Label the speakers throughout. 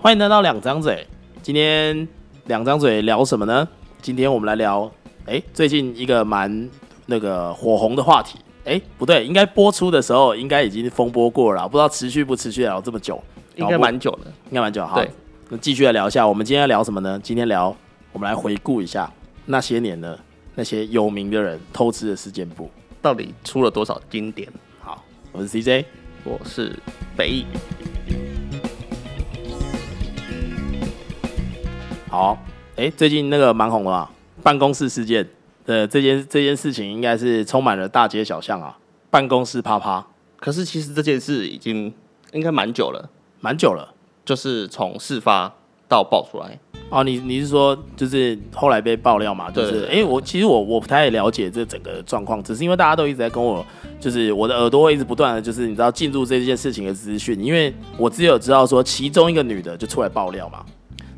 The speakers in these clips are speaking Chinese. Speaker 1: 欢迎来到两张嘴。今天两张嘴聊什么呢？今天我们来聊，哎，最近一个蛮那个火红的话题。哎，不对，应该播出的时候应该已经风波过了啦，不知道持续不持续聊这么久，
Speaker 2: 应该蛮久的。
Speaker 1: 应该蛮久。好
Speaker 2: 对，
Speaker 1: 那继续来聊一下，我们今天要聊什么呢？今天聊，我们来回顾一下那些年的那些有名的人偷吃的事件簿。
Speaker 2: 到底出了多少经典？
Speaker 1: 好，我是 CJ。
Speaker 2: 我是北翼，
Speaker 1: 好，哎、最近那个蛮红的嘛，办公室事件的这件这件事情，应该是充满了大街小巷啊，办公室啪啪，
Speaker 2: 可是其实这件事已经应该蛮久了，
Speaker 1: 蛮久了
Speaker 2: 就是从事发到爆出来，
Speaker 1: 哦。你你是说就是后来被爆料嘛？就是
Speaker 2: 对
Speaker 1: 哎、诶我其实我我不太了解这整个状况，只是因为大家都一直在跟我，就是我的耳朵会一直不断的，就是你知道进入这件事情的资讯，因为我只有知道说其中一个女的就出来爆料嘛。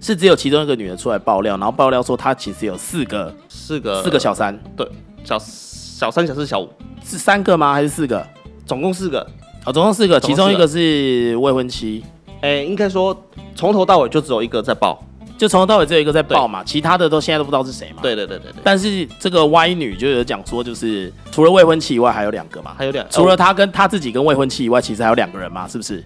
Speaker 1: 是只有其中一个女的出来爆料，然后爆料说她其实有四个、
Speaker 2: 四个
Speaker 1: 四个小三，
Speaker 2: 对小小三小四小五，
Speaker 1: 是三个吗？还是四个？
Speaker 2: 总共四个。
Speaker 1: 啊、总共四个，
Speaker 2: 总共
Speaker 1: 其中
Speaker 2: 四
Speaker 1: 一个是未婚妻，
Speaker 2: 哎、应该说从头到尾就只有一个在爆。
Speaker 1: 就从头到尾只有一个在爆嘛，其他的都现在都不知道是谁嘛。。
Speaker 2: 对对对对对，
Speaker 1: 但是这个歪女就有讲说，就是除了未婚妻以外，还有两个嘛。
Speaker 2: 还有两哦
Speaker 1: 除了她跟她自己跟未婚妻以外，其实还有两个人嘛，是不是？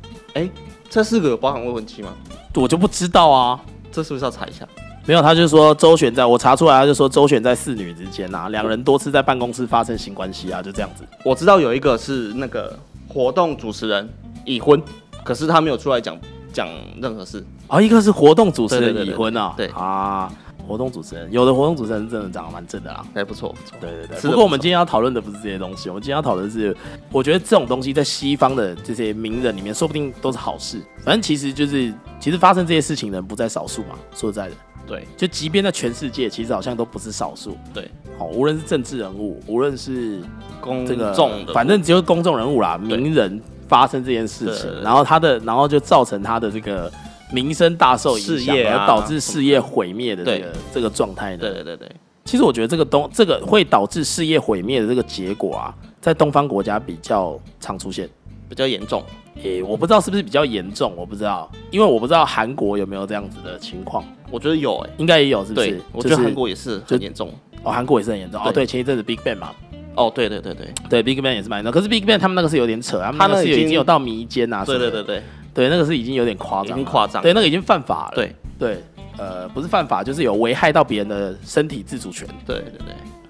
Speaker 2: 这四个有包含未婚妻吗？
Speaker 1: 我就不知道啊。
Speaker 2: 这是不是要查一下？
Speaker 1: 没有，他就说周旋在，我查出来，他就说周旋在四女之间啊，两人多次在办公室发生性关系啊，就这样子。
Speaker 2: 我知道有一个是那个活动主持人已婚，可是他没有出来讲讲任何事。
Speaker 1: 啊，一个是活动主持
Speaker 2: 对对
Speaker 1: 人
Speaker 2: 对
Speaker 1: 已
Speaker 2: 对
Speaker 1: 婚啊，
Speaker 2: 对
Speaker 1: 啊，活动主持人有的活动主持人真的长得蛮正的啦。
Speaker 2: 哎、不错不错。
Speaker 1: 对对对。
Speaker 2: 是的
Speaker 1: 不过我
Speaker 2: 不
Speaker 1: 们
Speaker 2: 错
Speaker 1: 今天要讨论的不是这些东西，我们今天要讨论的是，我觉得这种东西在西方的这些名人里面，说不定都是好事。反正其实就是，其实发生这些事情的人不在少数嘛。说实在的，
Speaker 2: 对
Speaker 1: 就即便在全世界，其实好像都不是少数。
Speaker 2: 对，
Speaker 1: 好、无论是政治人物，无论是
Speaker 2: 公
Speaker 1: 这个
Speaker 2: 众的，
Speaker 1: 反正只有公众人物啦，
Speaker 2: 对
Speaker 1: 名人发生这件事
Speaker 2: 对对
Speaker 1: 情，
Speaker 2: 对
Speaker 1: 然后他的，然后就造成他的这个名声大受影响，
Speaker 2: 事业啊
Speaker 1: 而导致事业毁灭的这个这个状态呢
Speaker 2: 对。对对对，
Speaker 1: 其实我觉得这个东这个会导致事业毁灭的这个结果啊，在东方国家比较常出现。
Speaker 2: 比较严重。
Speaker 1: 诶、我不知道是不是比较严重，我不知道，因为我不知道韩国有没有这样子的情况，
Speaker 2: 我觉得有哎、
Speaker 1: 应该也有，是不是？
Speaker 2: 对，我
Speaker 1: 就
Speaker 2: 觉得
Speaker 1: 是
Speaker 2: 韩国也是很严重。
Speaker 1: 哦，韩国也是很严重哦。
Speaker 2: 对
Speaker 1: 对，前一阵子 Big Bang 嘛，
Speaker 2: 哦，对对对对，
Speaker 1: 对 Big Bang 也是蛮严重，可是 Big Bang 他们那个是有点扯，他们
Speaker 2: 他
Speaker 1: 那
Speaker 2: 那
Speaker 1: 个是有
Speaker 2: 已
Speaker 1: 已
Speaker 2: 经
Speaker 1: 经有到迷奸啊什
Speaker 2: 对
Speaker 1: 么
Speaker 2: 对
Speaker 1: 的，
Speaker 2: 对对
Speaker 1: 对，那个是已经有点夸张了，
Speaker 2: 已经夸张
Speaker 1: 对，那个已经犯法了，
Speaker 2: 对
Speaker 1: 对，呃，不是犯法，就是有危害到别人的身体自主权。
Speaker 2: 对对对，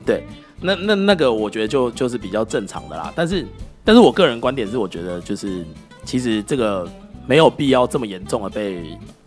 Speaker 1: 对，那那那个我觉得就就是比较正常的啦。但是，但是我个人观点是，我觉得就是其实这个没有必要这么严重的被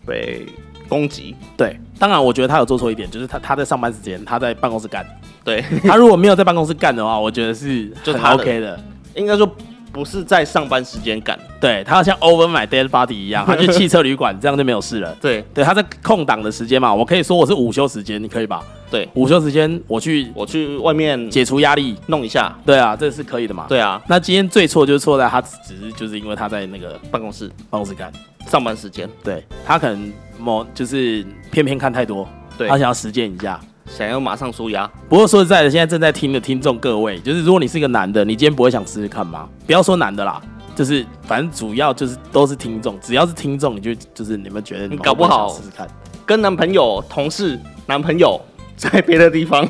Speaker 2: 被攻击。
Speaker 1: 对。当然，我觉得他有做错一点，就是他他在上班时间，他在办公室 干。
Speaker 2: 对，
Speaker 1: 他如果没有在办公室干的话，我觉得是
Speaker 2: 就
Speaker 1: 很
Speaker 2: 他的
Speaker 1: OK 的。
Speaker 2: 应该说不是在上班时间干。
Speaker 1: 对他好像 over my dead body 一样，他去汽车旅馆，这样就没有事了。
Speaker 2: 对
Speaker 1: 对，他在空档的时间嘛，我可以说我是午休时间，你可以吧？
Speaker 2: 对，
Speaker 1: 午休时间我去
Speaker 2: 我去外面
Speaker 1: 解除压力，
Speaker 2: 弄一下。
Speaker 1: 对啊，这是可以的嘛。
Speaker 2: 对啊，
Speaker 1: 那今天最错就是错在他只是就是因为他在那个
Speaker 2: 办公室
Speaker 1: 办公室干，
Speaker 2: 上班时间，
Speaker 1: 对他可能某就是偏偏看太多，
Speaker 2: 对
Speaker 1: 他想要实践一下。
Speaker 2: 想要马上舒压，
Speaker 1: 不过说实在的，现在正在听的听众各位，就是如果你是一个男的，你今天不会想试试看吗？不要说男的啦，就是反正主要就是都是听众，只要是听众，你就就是你们觉得你
Speaker 2: 你
Speaker 1: 们
Speaker 2: 搞不
Speaker 1: 会会
Speaker 2: 好
Speaker 1: 想试试看，
Speaker 2: 跟男朋友、同事、男朋友在别的地方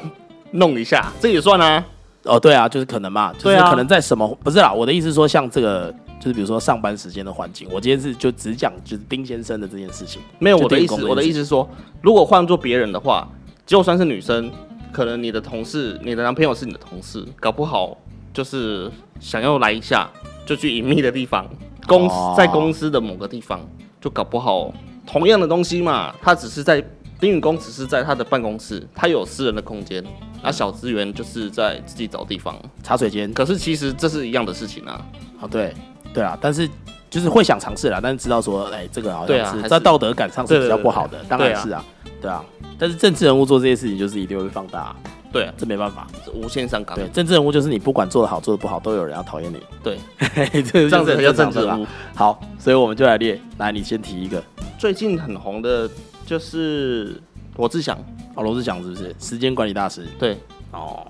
Speaker 2: 弄一下，这也算啊。
Speaker 1: 哦，对啊，就是可能嘛，就
Speaker 2: 对
Speaker 1: 是
Speaker 2: 啊
Speaker 1: 可能在什么、不是啦，我的意思是说像这个。就是比如说上班时间的环境，我今天是就只讲就是丁先生的这件事情，
Speaker 2: 没有
Speaker 1: 就
Speaker 2: 我的
Speaker 1: 电
Speaker 2: 意
Speaker 1: 工
Speaker 2: 思，
Speaker 1: 的
Speaker 2: 我的
Speaker 1: 意
Speaker 2: 意思是说，如果换做别人的话，就算是女生，可能你的同事、你的男朋友是你的同事，搞不好就是想要来一下，就去隐秘的地方，公司、
Speaker 1: 哦
Speaker 2: 在公司的某个地方，就搞不好同样的东西嘛，他只是在丁允公只是在他的办公室，他有私人的空间，那小资源就是在自己找地方，
Speaker 1: 茶水间
Speaker 2: 可是其实这是一样的事情啊。
Speaker 1: 啊，对对啊，但是就是会想尝试啦，但是知道说，哎、这个好
Speaker 2: 对啊
Speaker 1: 像
Speaker 2: 还
Speaker 1: 是
Speaker 2: 是
Speaker 1: 在道德感上是比较不好的，
Speaker 2: 对对对
Speaker 1: 当然是啊，对啊。但是政治人物做这些事情就是一定会被放大、
Speaker 2: 对啊，
Speaker 1: 这没办法。
Speaker 2: 这无限上纲
Speaker 1: 对，，政治人物就是你不管做的好做的不好，都有人要讨厌 你。
Speaker 2: 对，
Speaker 1: 这
Speaker 2: 这样子才叫政治
Speaker 1: 啊
Speaker 2: 人。物。
Speaker 1: 好，所以我们就来列，来你先提一个。
Speaker 2: 最近很红的就是罗志祥，
Speaker 1: 哦，罗志祥是不是时间管理大师？
Speaker 2: 对，
Speaker 1: 哦，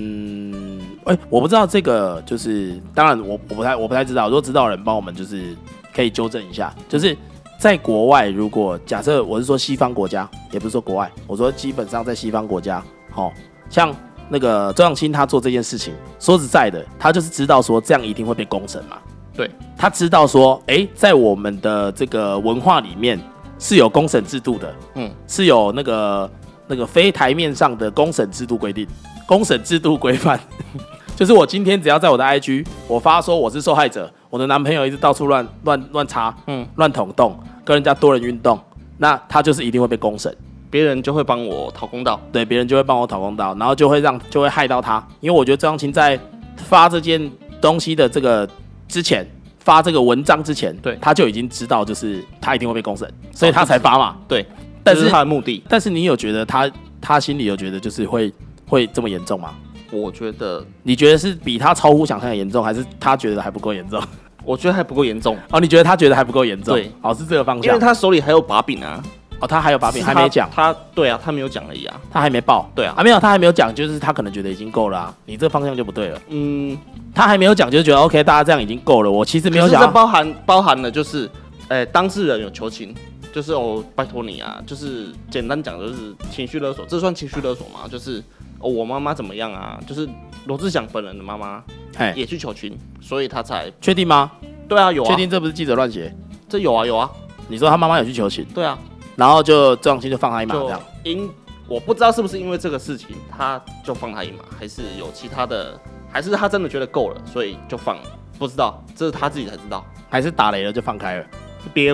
Speaker 1: 嗯，哎、我不知道这个，就是当然我我不太我不太知道，如果知道的人帮我们就是可以纠正一下，就是在国外，如果假设我是说西方国家，也不是说国外，我说基本上在西方国家，好、像那个周扬青他做这件事情，说实在的，他就是知道说这样一定会被公审嘛。
Speaker 2: 对，
Speaker 1: 他知道说，诶，在我们的这个文化里面是有公审制度的，
Speaker 2: 嗯，
Speaker 1: 是有那个那个非台面上的公审制度规定，公审制度规范， 就是我今天只要在我的 IG 我发说我是受害者，我的男朋友一直到处乱乱乱插，
Speaker 2: 嗯，
Speaker 1: 乱捅洞，跟人家多人运动，那他就是一定会被公审。
Speaker 2: 别人就会帮我讨公道。
Speaker 1: 对，别人就会帮我讨公道，然后就会让就会害到他，因为我觉得张琴在发这件东西的这个之前，发这个文章之前，
Speaker 2: 对哦
Speaker 1: 他就已经知道，就是他一定会被公审，所以他才发嘛。
Speaker 2: 对，
Speaker 1: 但
Speaker 2: 这
Speaker 1: 是
Speaker 2: 是他的目的。
Speaker 1: 但是你有觉得他他心里有觉得就是会会这么严重吗？
Speaker 2: 我觉得，
Speaker 1: 你觉得是比他超乎想象的严重，还是他觉得还不够严重？
Speaker 2: 我觉得还不够严重，
Speaker 1: 哦，你觉得他觉得还不够严重？
Speaker 2: 对，
Speaker 1: 哦，是这个方
Speaker 2: 因为
Speaker 1: 向。
Speaker 2: 他手里还有把柄啊，
Speaker 1: 哦，他还有把
Speaker 2: 是
Speaker 1: 柄
Speaker 2: 他
Speaker 1: 还没讲，
Speaker 2: 他对啊，他没有讲而已啊。
Speaker 1: 他还没报。
Speaker 2: 对啊
Speaker 1: 啊，没有，他还没有讲，就是他可能觉得已经够了、啊，你这个方向就不对了。
Speaker 2: 嗯，
Speaker 1: 他还没有讲，就觉得 OK，大家这样已经够了。我其实没有啊
Speaker 2: 可是
Speaker 1: 想
Speaker 2: 这
Speaker 1: 要，
Speaker 2: 包含包含了就是，呃，当事人有求情，就是哦，拜托你啊，就是简单讲就是情绪勒索，这算情绪勒索吗？就是哦，我妈妈怎么样啊？就是罗志祥本人的妈妈
Speaker 1: 哎，
Speaker 2: 也去求情，所以他才
Speaker 1: 确定吗？
Speaker 2: 对啊，有
Speaker 1: 确
Speaker 2: 啊，
Speaker 1: 定这不是记者乱写？
Speaker 2: 这有啊有啊，
Speaker 1: 你说他妈妈有去求情，
Speaker 2: 对啊，
Speaker 1: 然后就郑永清就放他一马，这
Speaker 2: 就
Speaker 1: 样
Speaker 2: 因我不知道是不是因为这个事情，他就放他一马，还是有其他的，还是他真的觉得够了，所以就放了，不知道，这是他自己才知道，
Speaker 1: 还是打雷了就放开了？
Speaker 2: 憋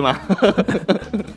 Speaker 2: 吗？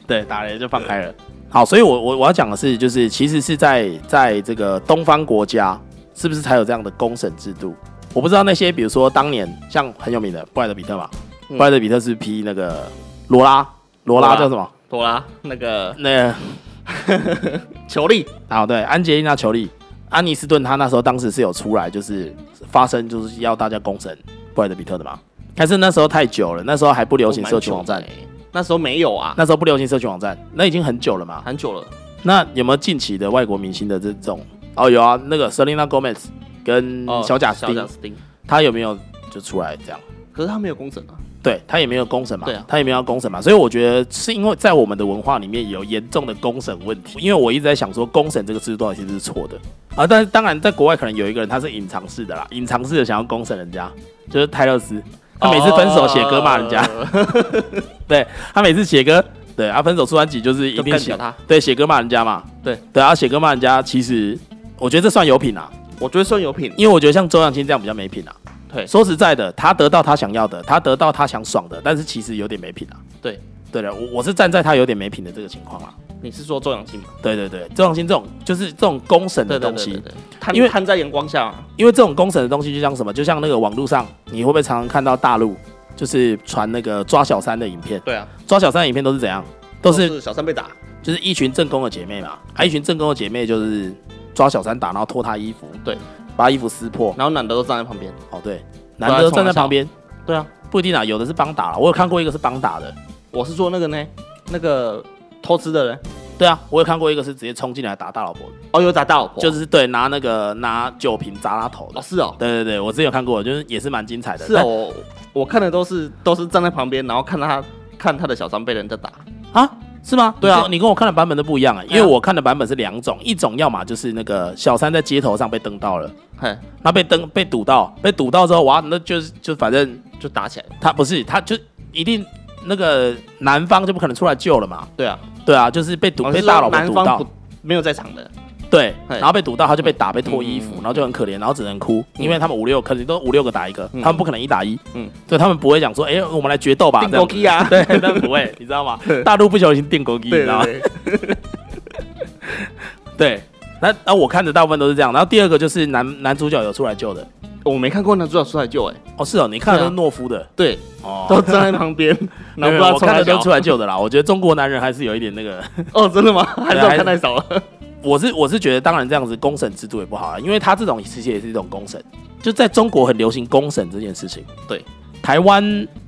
Speaker 1: 对，打雷了就放开了。好，所以我我我要讲的是，就是其实是在在这个东方国家，是不是才有这样的公审制度？我不知道那些，比如说当年像很有名的布莱德比特嘛，
Speaker 2: 嗯
Speaker 1: 布莱德比特是批那个罗拉，罗
Speaker 2: 罗
Speaker 1: 拉
Speaker 2: 拉
Speaker 1: 叫什么？
Speaker 2: 朵拉那个
Speaker 1: 那个
Speaker 2: 球力，
Speaker 1: 啊，对，安吉丽娜·裘丽，安妮斯顿，她那时候当时是有出来，就是发声，就是要大家公审布莱德比特的嘛。但是那时候太久了，那时候还不流行社群网站，
Speaker 2: 那时候没有啊，
Speaker 1: 那时候不流行社群网站，那已经很久了嘛。
Speaker 2: 很久了。
Speaker 1: 那有没有近期的外国明星的这种？哦，有啊，那个 Selena Gomez 跟
Speaker 2: 哦
Speaker 1: 嗯小贾斯
Speaker 2: 小
Speaker 1: 汀，
Speaker 2: 贾斯汀，
Speaker 1: 她有没有就出来这样？
Speaker 2: 可是他没有工程啊。
Speaker 1: 对她也没有公审嘛，
Speaker 2: 对啊
Speaker 1: 她也没有要公审嘛，所以我觉得是因为在我们的文化里面有严重的公审问题，因为我一直在想说公审这个制度到底是不是错的啊，但是当然在国外可能有一个人他是隐藏式的啦，隐藏式的想要公审人家，就是泰勒斯，他每次分手写歌骂人家，
Speaker 2: 哦
Speaker 1: 对他每次写歌，对他分手出专辑 就是一
Speaker 2: 就
Speaker 1: 定
Speaker 2: 干
Speaker 1: 写
Speaker 2: 掉，他。
Speaker 1: 对写歌骂人家嘛，
Speaker 2: 对
Speaker 1: 对啊，写歌骂人家，其实我觉得这算有品啊，
Speaker 2: 我觉得算有品，
Speaker 1: 因为我觉得像周扬青这样比较没品啊。
Speaker 2: 对
Speaker 1: 说实在的，他得到他想要的，他得到他想爽的，但是其实有点没品啊。
Speaker 2: 对，
Speaker 1: 对的，我我是站在他有点没品的这个情况啦。
Speaker 2: 你是说周扬青吗？
Speaker 1: 对对对，周扬青这种就是这种公审的
Speaker 2: 对对
Speaker 1: 东
Speaker 2: 对
Speaker 1: 西，
Speaker 2: 对对，摊
Speaker 1: 因为
Speaker 2: 摊在阳光下嘛，啊
Speaker 1: 因为这种公审的东西就像什么，就像那个网络上，你会不会常常看到大陆就是传那个抓小三的影片？
Speaker 2: 对啊，
Speaker 1: 抓小三的影片都是怎样？都是
Speaker 2: 小三被打，
Speaker 1: 就是一群正宫的姐妹嘛，啊还一群正宫的姐妹就是抓小三打，然后脱她衣服，
Speaker 2: 对，
Speaker 1: 把她衣服撕破。
Speaker 2: 然后男的都站在旁边。
Speaker 1: 哦，对，男的站在旁边，
Speaker 2: 对啊，
Speaker 1: 不一定啊，有的是帮打啦，我有看过一个是帮打的，
Speaker 2: 我是说那个呢，那个偷吃的人，
Speaker 1: 对啊，我有看过一个是直接冲进来打大老婆的，
Speaker 2: 哦，有打大老婆，
Speaker 1: 就是对拿那个拿酒瓶砸她头
Speaker 2: 哦
Speaker 1: 的，
Speaker 2: 是哦，
Speaker 1: 对对对，我之前有看过，就是也是蛮精彩的。
Speaker 2: 是哦，我我看的都是都是站在旁边，然后看他看他的小三被人家打，
Speaker 1: 但，啊，是吗？
Speaker 2: 对啊
Speaker 1: 你跟你跟我看的版本都不一样啊、因为
Speaker 2: 对啊
Speaker 1: 我看的版本是两种，一种要么就是那个小三在街头上被蹬到了，
Speaker 2: 嘿，
Speaker 1: 那被蹬被堵到，被堵到之后，哇，那就是就反正
Speaker 2: 就打起来了。
Speaker 1: 他不是，他就一定那个男方就不可能出来救了嘛。
Speaker 2: 对啊，
Speaker 1: 对啊，就是被堵
Speaker 2: 我
Speaker 1: 被
Speaker 2: 哦是
Speaker 1: 大
Speaker 2: 说
Speaker 1: 佬被
Speaker 2: 男
Speaker 1: 堵
Speaker 2: 方
Speaker 1: 到
Speaker 2: 不，没有在场的，
Speaker 1: 对，
Speaker 2: 嘿
Speaker 1: 然后被堵到他就被打被脱衣服
Speaker 2: 嗯，
Speaker 1: 然后就很可怜，然后只能哭，
Speaker 2: 嗯
Speaker 1: 因为他们五六肯定都五六个打一个，
Speaker 2: 嗯
Speaker 1: 他们不可能一打一，
Speaker 2: 嗯
Speaker 1: 所以他们不会讲说，哎，我们来决斗吧，
Speaker 2: 定
Speaker 1: 这样
Speaker 2: 国
Speaker 1: 子
Speaker 2: 机啊，
Speaker 1: 对，他们不会，你知道吗？大陆不小心电狗机，你知道吗？
Speaker 2: 对，
Speaker 1: 对，那那我看的大部分都是这样，然后第二个就是男男主角有出来救的，
Speaker 2: 我没看过男主角出来救，哎，
Speaker 1: 哦，是哦，你看的
Speaker 2: 对
Speaker 1: 都
Speaker 2: 啊
Speaker 1: 是懦夫的，
Speaker 2: 对，
Speaker 1: 哦，
Speaker 2: 都站在旁边，
Speaker 1: 没
Speaker 2: 然
Speaker 1: 有
Speaker 2: 后
Speaker 1: 没有我
Speaker 2: 不知道
Speaker 1: 看的
Speaker 2: 冲
Speaker 1: 都
Speaker 2: 哪
Speaker 1: 出
Speaker 2: 小
Speaker 1: 来救的啦，我觉得中国男人还是有一点那个。
Speaker 2: 哦，真的吗？还是我看太 少了。
Speaker 1: 我是我是觉得，当然这样子公审制度也不好啊，因为他这种其实也是一种公审，就在中国很流行公审这件事情。
Speaker 2: 对，
Speaker 1: 台湾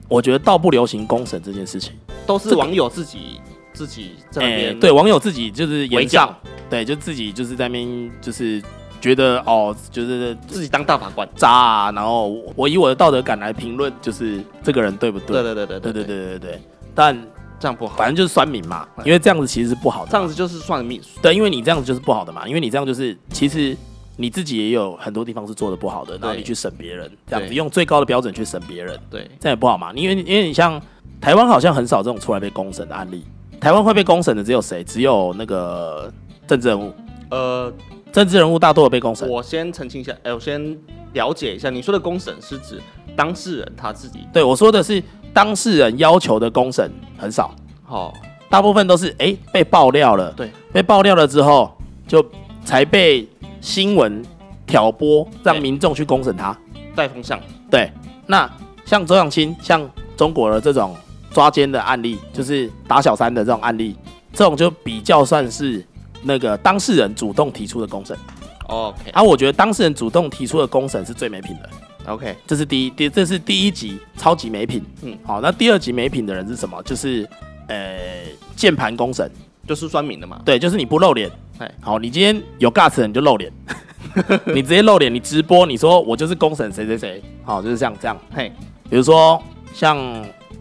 Speaker 1: 我觉得倒不流行公审这件事情。
Speaker 2: 都是
Speaker 1: 这个
Speaker 2: 网友自己自己在那
Speaker 1: 哎、
Speaker 2: 边
Speaker 1: 对，网友自己就是
Speaker 2: 围
Speaker 1: 演
Speaker 2: 剿
Speaker 1: 上，对，就自己就是在那边就是觉得哦，就是
Speaker 2: 自己当大法官。
Speaker 1: 渣啊，然后我我以我的道德感来评论，就是这个人对不对？
Speaker 2: 对对
Speaker 1: 对
Speaker 2: 对对
Speaker 1: 对
Speaker 2: 对，
Speaker 1: 对对对。但
Speaker 2: 这样不好，
Speaker 1: 反正就是酸民嘛，因为这样子其实是不好的嘛。
Speaker 2: 这样子就是算命。
Speaker 1: 对，因为你这样子就是不好的嘛，因为你这样就是其实你自己也有很多地方是做的不好的，然后
Speaker 2: 对
Speaker 1: 你去审别人，这样子
Speaker 2: 对
Speaker 1: 用最高的标准去审别人，
Speaker 2: 对，
Speaker 1: 这样也不好嘛。因为因为你像台湾好像很少这种出来被公审的案例，台湾会被公审的只有谁？只有那个政治人物，
Speaker 2: 呃，
Speaker 1: 政治人物大多有被公审。
Speaker 2: 我先澄清一下，哎、我先了解一下，你说的公审是指当事人他自己，
Speaker 1: 对我说的是当事人要求的公审很少，
Speaker 2: 好、
Speaker 1: 大部分都是哎、诶被爆料了，
Speaker 2: 对，
Speaker 1: 被爆料了之后就才被新闻挑拨，让
Speaker 2: 对
Speaker 1: 民众去公审他。
Speaker 2: 带风向，
Speaker 1: 对，那像周扬青，像中国的这种抓奸的案例，就是打小三的这种案例，这种就比较算是那个当事人主动提出的公审。
Speaker 2: OK
Speaker 1: 啊，我觉得当事人主动提出的公审是最没品的，
Speaker 2: OK，
Speaker 1: 这是第一，第这是第一集超级没品。嗯
Speaker 2: 嗯，
Speaker 1: 好，那第二集没品的人是什么？就是呃键盘公审，
Speaker 2: 就是酸民的嘛，
Speaker 1: 对，就是你不露脸
Speaker 2: 哎。
Speaker 1: 好，你今天有 guts 的你就露脸， 你直接露脸，你直播，你说我就是公审谁谁谁，好，就是这样这样。
Speaker 2: 嘿，
Speaker 1: 比如说像，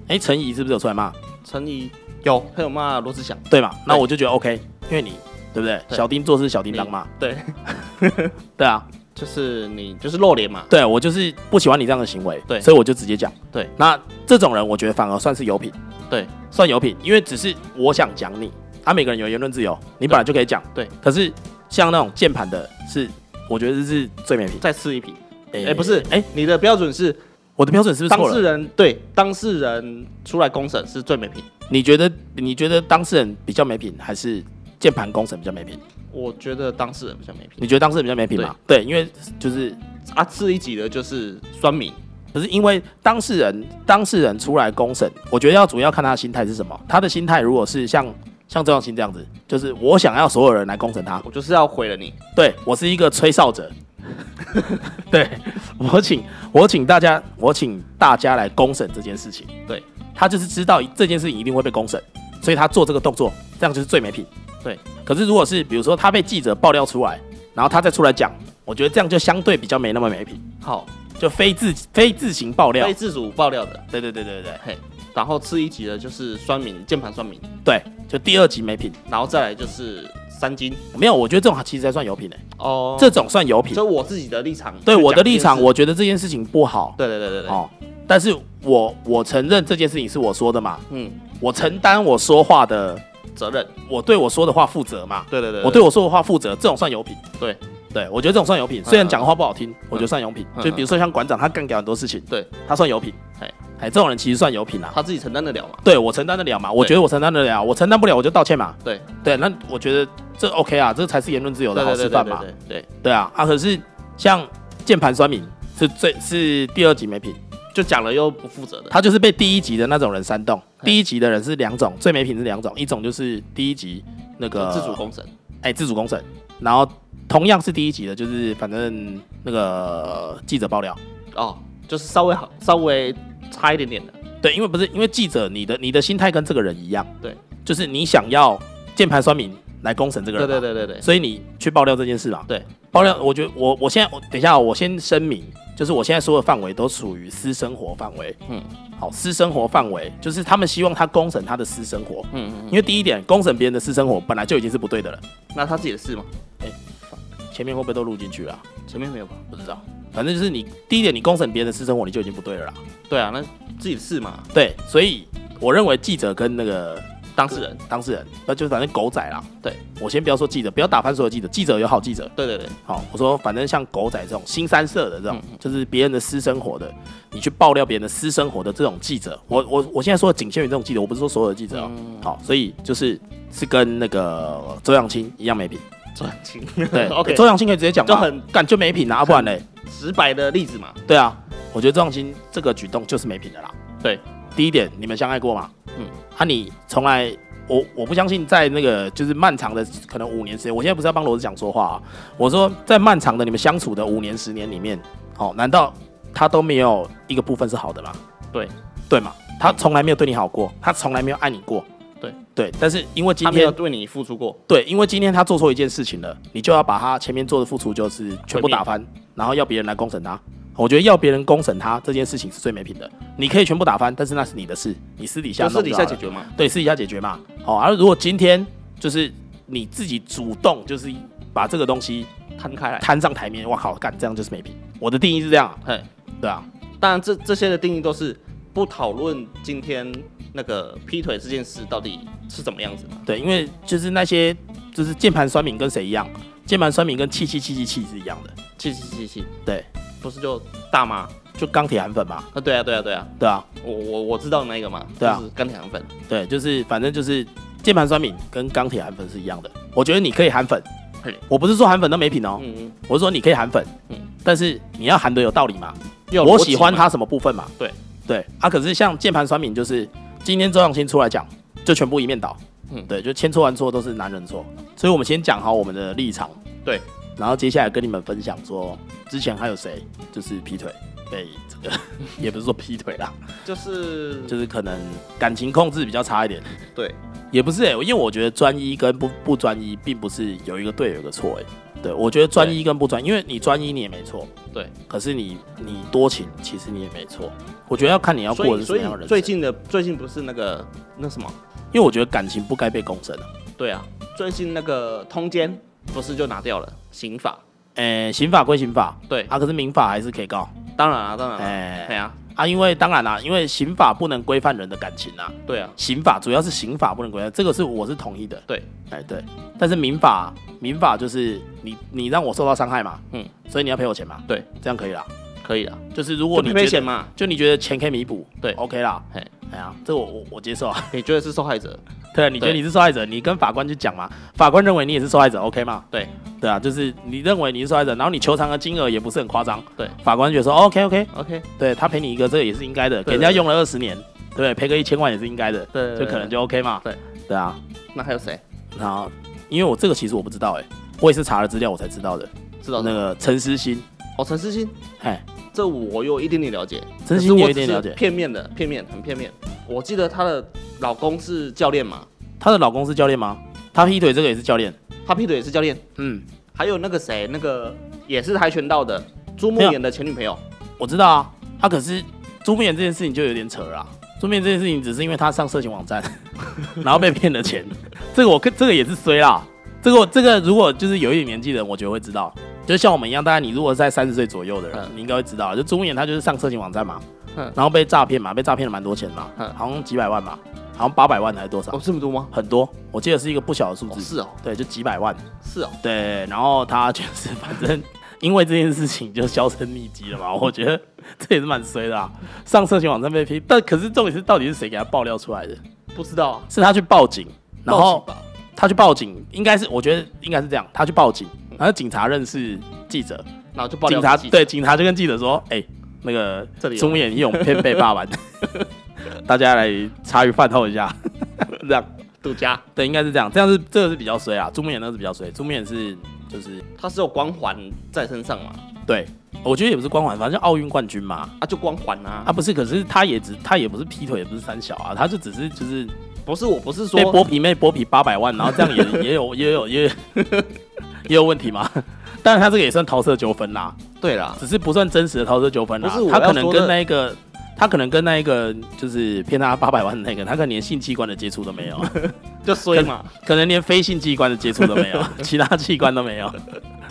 Speaker 1: 哎、陈怡是不是有出来骂？
Speaker 2: 陈怡有，他有骂罗志祥，
Speaker 1: 对嘛？那
Speaker 2: 对
Speaker 1: 我就觉得 OK，因为你对不对？
Speaker 2: 对
Speaker 1: 小丁做事小叮当嘛，
Speaker 2: 对，
Speaker 1: 对啊，
Speaker 2: 就是你就是露脸嘛，
Speaker 1: 对我就是不喜欢你这样的行为，
Speaker 2: 对
Speaker 1: 所以我就直接讲，
Speaker 2: 对。
Speaker 1: 那这种人，我觉得反而算是有品，
Speaker 2: 对，
Speaker 1: 算有品，因为只是我想讲你，啊，每个人有言论自由，你本来就可以讲，
Speaker 2: 对。
Speaker 1: 可是像那种键盘的是，我觉得是最没品。
Speaker 2: 再吃一瓶。
Speaker 1: 哎
Speaker 2: 哎、不是，
Speaker 1: 哎、
Speaker 2: 哎、你的标准是
Speaker 1: 我的标准是不是
Speaker 2: 当
Speaker 1: 错
Speaker 2: 事
Speaker 1: 了？
Speaker 2: 人对当事人出来公审是最没品，
Speaker 1: 你觉得你觉得当事人比较没品，还是键盘工程比较没品？
Speaker 2: 我觉得当事人比较没品
Speaker 1: 你觉得当事人比较没品吗？对，因为就是
Speaker 2: 啊。吃一级的就是酸民，
Speaker 1: 可是因为当事人当事人出来公审，我觉得要主要看他的心态是什么。他的心态如果是像像郑耀新这样子，就是我想要所有人来公审他，
Speaker 2: 我就是要毁了你。
Speaker 1: 对我是一个吹哨 者，对我请我请大家我请大家来公审这件事情。
Speaker 2: 对
Speaker 1: 他就是知道这件事情一定会被公审，所以他做这个动作，这样就是最没品。
Speaker 2: 对，
Speaker 1: 可是如果是比如说他被记者爆料出来，然后他再出来讲，我觉得这样就相对比较没那么没品，
Speaker 2: 好，
Speaker 1: 就非自非自行爆料
Speaker 2: 非。自主爆料的，
Speaker 1: 对对对对对。
Speaker 2: 嘿，然后吃一级的就是酸民，键盘酸民，
Speaker 1: 对，就第二集没品，
Speaker 2: 然后再来就是三金
Speaker 1: 没有，我觉得这种其实还算有品的、
Speaker 2: 哦。
Speaker 1: 这种算有品。
Speaker 2: 就我自己的立场，
Speaker 1: 对我的
Speaker 2: 去讲这件
Speaker 1: 立场，
Speaker 2: 事
Speaker 1: 我觉得这件事情不好
Speaker 2: 对对对对对，
Speaker 1: 哦，但是我我承认这件事情是我说的嘛，
Speaker 2: 嗯，
Speaker 1: 我承担我说话的，
Speaker 2: 责任，
Speaker 1: 我对我说的话负责嘛，
Speaker 2: 对对对，
Speaker 1: 我对我说的话负责，这种算有品。
Speaker 2: 对
Speaker 1: 对，我觉得这种算有品，虽然讲话不好听，我觉得算有品。
Speaker 2: 嗯
Speaker 1: 就比如说像馆长，他干掉很多事情，
Speaker 2: 对
Speaker 1: 他算有品。哎
Speaker 2: 哎
Speaker 1: 哎，这种人其实算有品啊。
Speaker 2: 他自己承担得了嘛？
Speaker 1: 对我承担得了嘛？我觉得我承担得了，我承担不了我就道歉嘛。
Speaker 2: 对
Speaker 1: 对，那我觉得这 OK 啊，这才是言论自由
Speaker 2: 对
Speaker 1: 的
Speaker 2: 对
Speaker 1: 好
Speaker 2: 对
Speaker 1: 示
Speaker 2: 对
Speaker 1: 范嘛。
Speaker 2: 对对，
Speaker 1: 对啊，啊，可是像键盘酸民是最是第二集没品，
Speaker 2: 就讲了又不负责的，
Speaker 1: 他就是被第一集的那种人煽动。
Speaker 2: 嘿
Speaker 1: 第一集的人是两种，最没品是两种，一种就是第一集那个
Speaker 2: 自主，公审，
Speaker 1: 哎、自主公审，然后同样是第一集的，就是反正那个记者爆料。
Speaker 2: 哦，就是稍微好，稍微差一点点的，
Speaker 1: 对，因为不是因为记者，你的你的心态跟这个人一样，
Speaker 2: 对，
Speaker 1: 就是你想要键盘酸民来公审这个
Speaker 2: 对
Speaker 1: 人嘛，
Speaker 2: 对对对对，
Speaker 1: 所以你去爆料这件事嘛，
Speaker 2: 对，
Speaker 1: 爆料，我觉得我我现在我等一下哦，我先声明，就是我现在说的范围都属于私生活范围。
Speaker 2: 嗯
Speaker 1: 好，私生活范围就是他们希望他公审他的私生活，
Speaker 2: 嗯嗯，
Speaker 1: 因为第一点，公审别人的私生活本来就已经是不对的了。
Speaker 2: 那他自己的事嘛，
Speaker 1: 前面会不会都录进去了啊？
Speaker 2: 前面没有吧？
Speaker 1: 不知道，反正就是你第一点，你公审别人的私生活，你就已经不对了啦。
Speaker 2: 对啊，那自己的事嘛，
Speaker 1: 对，所以我认为记者跟那个
Speaker 2: 当事人，
Speaker 1: 当事人，那就反正狗仔啦。
Speaker 2: 对
Speaker 1: 我先不要说记者，不要打翻所有记者，记者有好记者，
Speaker 2: 对对对，
Speaker 1: 好，我说反正像狗仔这种新三色的这种
Speaker 2: 嗯，
Speaker 1: 就是别人的私生活的，你去爆料别人的私生活的这种记者，我我我现在说的仅限于这种记者，我不是说所有的记者哦。
Speaker 2: 嗯
Speaker 1: 好，所以就是是跟那个周扬青一样 没品，
Speaker 2: 转情，
Speaker 1: 对
Speaker 2: ，OK，
Speaker 1: 周扬青可以直接讲嘛，
Speaker 2: 就很
Speaker 1: 干就没品啊，不然嘞，
Speaker 2: 直白的例子嘛，
Speaker 1: 对啊，我觉得周扬青这个举动就是没品的啦。
Speaker 2: 对，
Speaker 1: 第一点，你们相爱过吗？嗯
Speaker 2: 嗯，
Speaker 1: 啊，你从来，我我不相信在那个就是漫长的可能五年时间，我现在不是要帮罗志祥说话啊，我说在漫长的你们相处的五年十年里面，哦，难道他都没有一个部分是好的吗？
Speaker 2: 对，
Speaker 1: 对嘛，他从来没有对你好过，他从来没有爱你过，
Speaker 2: 对
Speaker 1: 对，但是因为今
Speaker 2: 他没有
Speaker 1: 天。
Speaker 2: 对你付出过，
Speaker 1: 对，因为今天他做错一件事情了，你就要把他前面做的付出就是全部打翻，然后要别人来公审他，我觉得要别人公审他这件事情是最没品的。你可以全部打翻，但是那是你的事，你私底下
Speaker 2: 就
Speaker 1: 弄
Speaker 2: 私底下
Speaker 1: 就好
Speaker 2: 解
Speaker 1: 了
Speaker 2: 决嘛。
Speaker 1: 对，私底下解决嘛。好、而、如果今天就是你自己主动，就是把这个东西
Speaker 2: 摊开来。
Speaker 1: 摊上台面，哇靠，干这样就是没品。我的定义是这样啊，
Speaker 2: 嘿，
Speaker 1: 对啊，
Speaker 2: 当然这这些的定义都是不讨论今天那个劈腿这件事到底是怎么样子的。
Speaker 1: 对，因为就是那些就是键盘酸民跟谁一样，键盘酸民跟气气气气气是一样的，
Speaker 2: 气气气气，
Speaker 1: 对，
Speaker 2: 不是就大妈？
Speaker 1: 就钢铁韩粉嘛，
Speaker 2: 啊，对啊，对啊，对啊，
Speaker 1: 对啊，
Speaker 2: 我我我知道那个嘛，
Speaker 1: 对啊
Speaker 2: 就是钢铁糖粉。
Speaker 1: 对，就是反正就是键盘酸敏跟钢铁韩粉是一样的。我觉得你可以韩粉
Speaker 2: 嘿，
Speaker 1: 我不是说韩粉都没品哦，
Speaker 2: 嗯嗯，
Speaker 1: 我是说你可以韩粉，
Speaker 2: 嗯
Speaker 1: 但是你要韩的有道理嘛，
Speaker 2: 要有
Speaker 1: 我
Speaker 2: 逻辑
Speaker 1: 喜欢
Speaker 2: 嘛。
Speaker 1: 他什么部分嘛，
Speaker 2: 对
Speaker 1: 对啊。可是像键盘酸敏，就是今天周扬青出来讲，就全部一面倒，
Speaker 2: 嗯
Speaker 1: 对，就千错万错都是男人错，所以我们先讲好我们的立场，
Speaker 2: 对，
Speaker 1: 然后接下来跟你们分享说之前还有谁就是劈腿被这个， 也不是说劈腿啦，
Speaker 2: 就是
Speaker 1: 就是可能感情控制比较差一点。
Speaker 2: 对，
Speaker 1: 也不是哎、欸，因为我觉得专一跟不不专一，并不是有一个对有一个错哎、对，我觉得专一跟不专，因为你专一你也没错，
Speaker 2: 对。
Speaker 1: 可是你你多情，其实你也没错。我觉得要看你要
Speaker 2: 所
Speaker 1: 过
Speaker 2: 以
Speaker 1: 的是什
Speaker 2: 所
Speaker 1: 么
Speaker 2: 以
Speaker 1: 样的人生。
Speaker 2: 最，近的最近不是那个那什么？
Speaker 1: 因为我觉得感情不该被公审啊。
Speaker 2: 对啊，最近那个通奸不是就拿掉了刑法？
Speaker 1: 诶、欸刑法归刑法
Speaker 2: 对，
Speaker 1: 啊，可是民法还是可以告。
Speaker 2: 当然啊，当然啊，
Speaker 1: 哎、
Speaker 2: 对啊，
Speaker 1: 啊，因为当然啦、因为刑法不能规范人的感情啊，
Speaker 2: 对啊，
Speaker 1: 刑法主要是刑法不能规范，这个是我是同意的。
Speaker 2: 对，
Speaker 1: 哎、对，但是民法民法就是你你让我受到伤害嘛，
Speaker 2: 嗯，
Speaker 1: 所以你要赔我钱嘛，
Speaker 2: 对，
Speaker 1: 这样可以啦。
Speaker 2: 可以啊，
Speaker 1: 就是如果
Speaker 2: 就
Speaker 1: 你
Speaker 2: 赔赔
Speaker 1: 觉得
Speaker 2: 钱，嘛，
Speaker 1: 就你觉得钱可以弥补，
Speaker 2: 对
Speaker 1: ，OK 啦
Speaker 2: 嘿。
Speaker 1: 哎呀，这我我我接受啊。
Speaker 2: 你觉得是受害者？
Speaker 1: 对啊，你觉得你是受害者，你跟法官去讲嘛，法官认为你也是受害者，OK 吗？
Speaker 2: 对，
Speaker 1: 对啊，就是你认为你是受害者，然后你求偿的金额也不是很夸张，
Speaker 2: 对，
Speaker 1: 法官觉得说 OK OK，
Speaker 2: OK，
Speaker 1: 对他赔你一个这个也是应该的，给
Speaker 2: 对
Speaker 1: 人家用了二十年，对不对，赔个一千万也是应该的，
Speaker 2: 对
Speaker 1: 就可能就 OK 嘛。
Speaker 2: 对，
Speaker 1: 对啊，
Speaker 2: 那还有谁
Speaker 1: 然后因为我这个其实我不知道哎，我也是查了资料我才知道的，
Speaker 2: 知道
Speaker 1: 那
Speaker 2: 的？
Speaker 1: 个陈思欣，
Speaker 2: 哦，陈思欣，
Speaker 1: 嘿，
Speaker 2: 这我有一点点了解，
Speaker 1: 陈思
Speaker 2: 可
Speaker 1: 欣
Speaker 2: 是
Speaker 1: 有
Speaker 2: 我
Speaker 1: 一
Speaker 2: 只
Speaker 1: 点
Speaker 2: 是
Speaker 1: 了解，
Speaker 2: 片面的，片面，很片面。我记得她的老公是教练嘛，
Speaker 1: 她的老公是教练吗？她劈腿这个也是教练，
Speaker 2: 她劈腿也是教练，
Speaker 1: 嗯。
Speaker 2: 还有那个谁，那个也是跆拳道的朱木
Speaker 1: 没有
Speaker 2: 演的前女朋友，
Speaker 1: 我知道啊，他、可是朱面这件事情就有点扯了啦。朱面这件事情只是因为他上色情网 站，然后被骗了钱，这个我跟这个也是衰啦。这个我这个如果就是有一点年纪的人，我觉得会知道。就像我们一样，大概你如果在三十岁左右的人，
Speaker 2: 嗯
Speaker 1: 你应该会知道，就朱面他就是上色情网站嘛，
Speaker 2: 嗯
Speaker 1: 然后被诈骗嘛，被诈骗了蛮多钱嘛，
Speaker 2: 嗯
Speaker 1: 好像几百万吧，好像八百万还是多少，
Speaker 2: 哦，这么多吗？
Speaker 1: 很多，我记得是一个不小的数
Speaker 2: 哦，
Speaker 1: 字，
Speaker 2: 是哦，
Speaker 1: 对，就几百万。
Speaker 2: 是哦，
Speaker 1: 对，然后他就是反正因为这件事情就销声匿迹了嘛， 我觉得这也是蛮衰的啊。上色情网站被批，但可是重点是到底是谁给他爆料出来的？
Speaker 2: 不知道啊，
Speaker 1: 是他去报警，然后
Speaker 2: 报警吧
Speaker 1: 他去报警，应该是我觉得应该是这样，他去报警，然后警察认识记者，
Speaker 2: 然后就爆料
Speaker 1: 警察
Speaker 2: 自己
Speaker 1: 对警察就跟记者说，哎、那个
Speaker 2: 这里有
Speaker 1: 中演义勇片被霸完， 大家来茶余饭后一下，这样
Speaker 2: 独家，
Speaker 1: 对，应该是这样，这样是这个是比较衰啊，朱面那个是比较衰，朱面是就是
Speaker 2: 他是有光环在身上嘛，
Speaker 1: 对，我觉得也不是光环，反正就奥运冠军嘛。
Speaker 2: 啊，就光环啊，
Speaker 1: 啊，不是，可是他也只他也不是劈腿，也不是三小啊，他就只是就是
Speaker 2: 不是我不是说
Speaker 1: 被剥皮妹剥皮八百万，然后这样 也也有也有也有也有问题嘛。但是他这个也算桃色纠纷啦，
Speaker 2: 对啦，
Speaker 1: 只是不算真实的桃色纠纷啦
Speaker 2: 不是。我
Speaker 1: 他
Speaker 2: 要
Speaker 1: 可能
Speaker 2: 说
Speaker 1: 跟
Speaker 2: 的
Speaker 1: 那一个，他可能跟那一个就是骗他八百万的那个，他可能连性器官的接触都没有，啊
Speaker 2: 就衰嘛，
Speaker 1: 可能连非性器官的接触都没 有，其他器官都没有。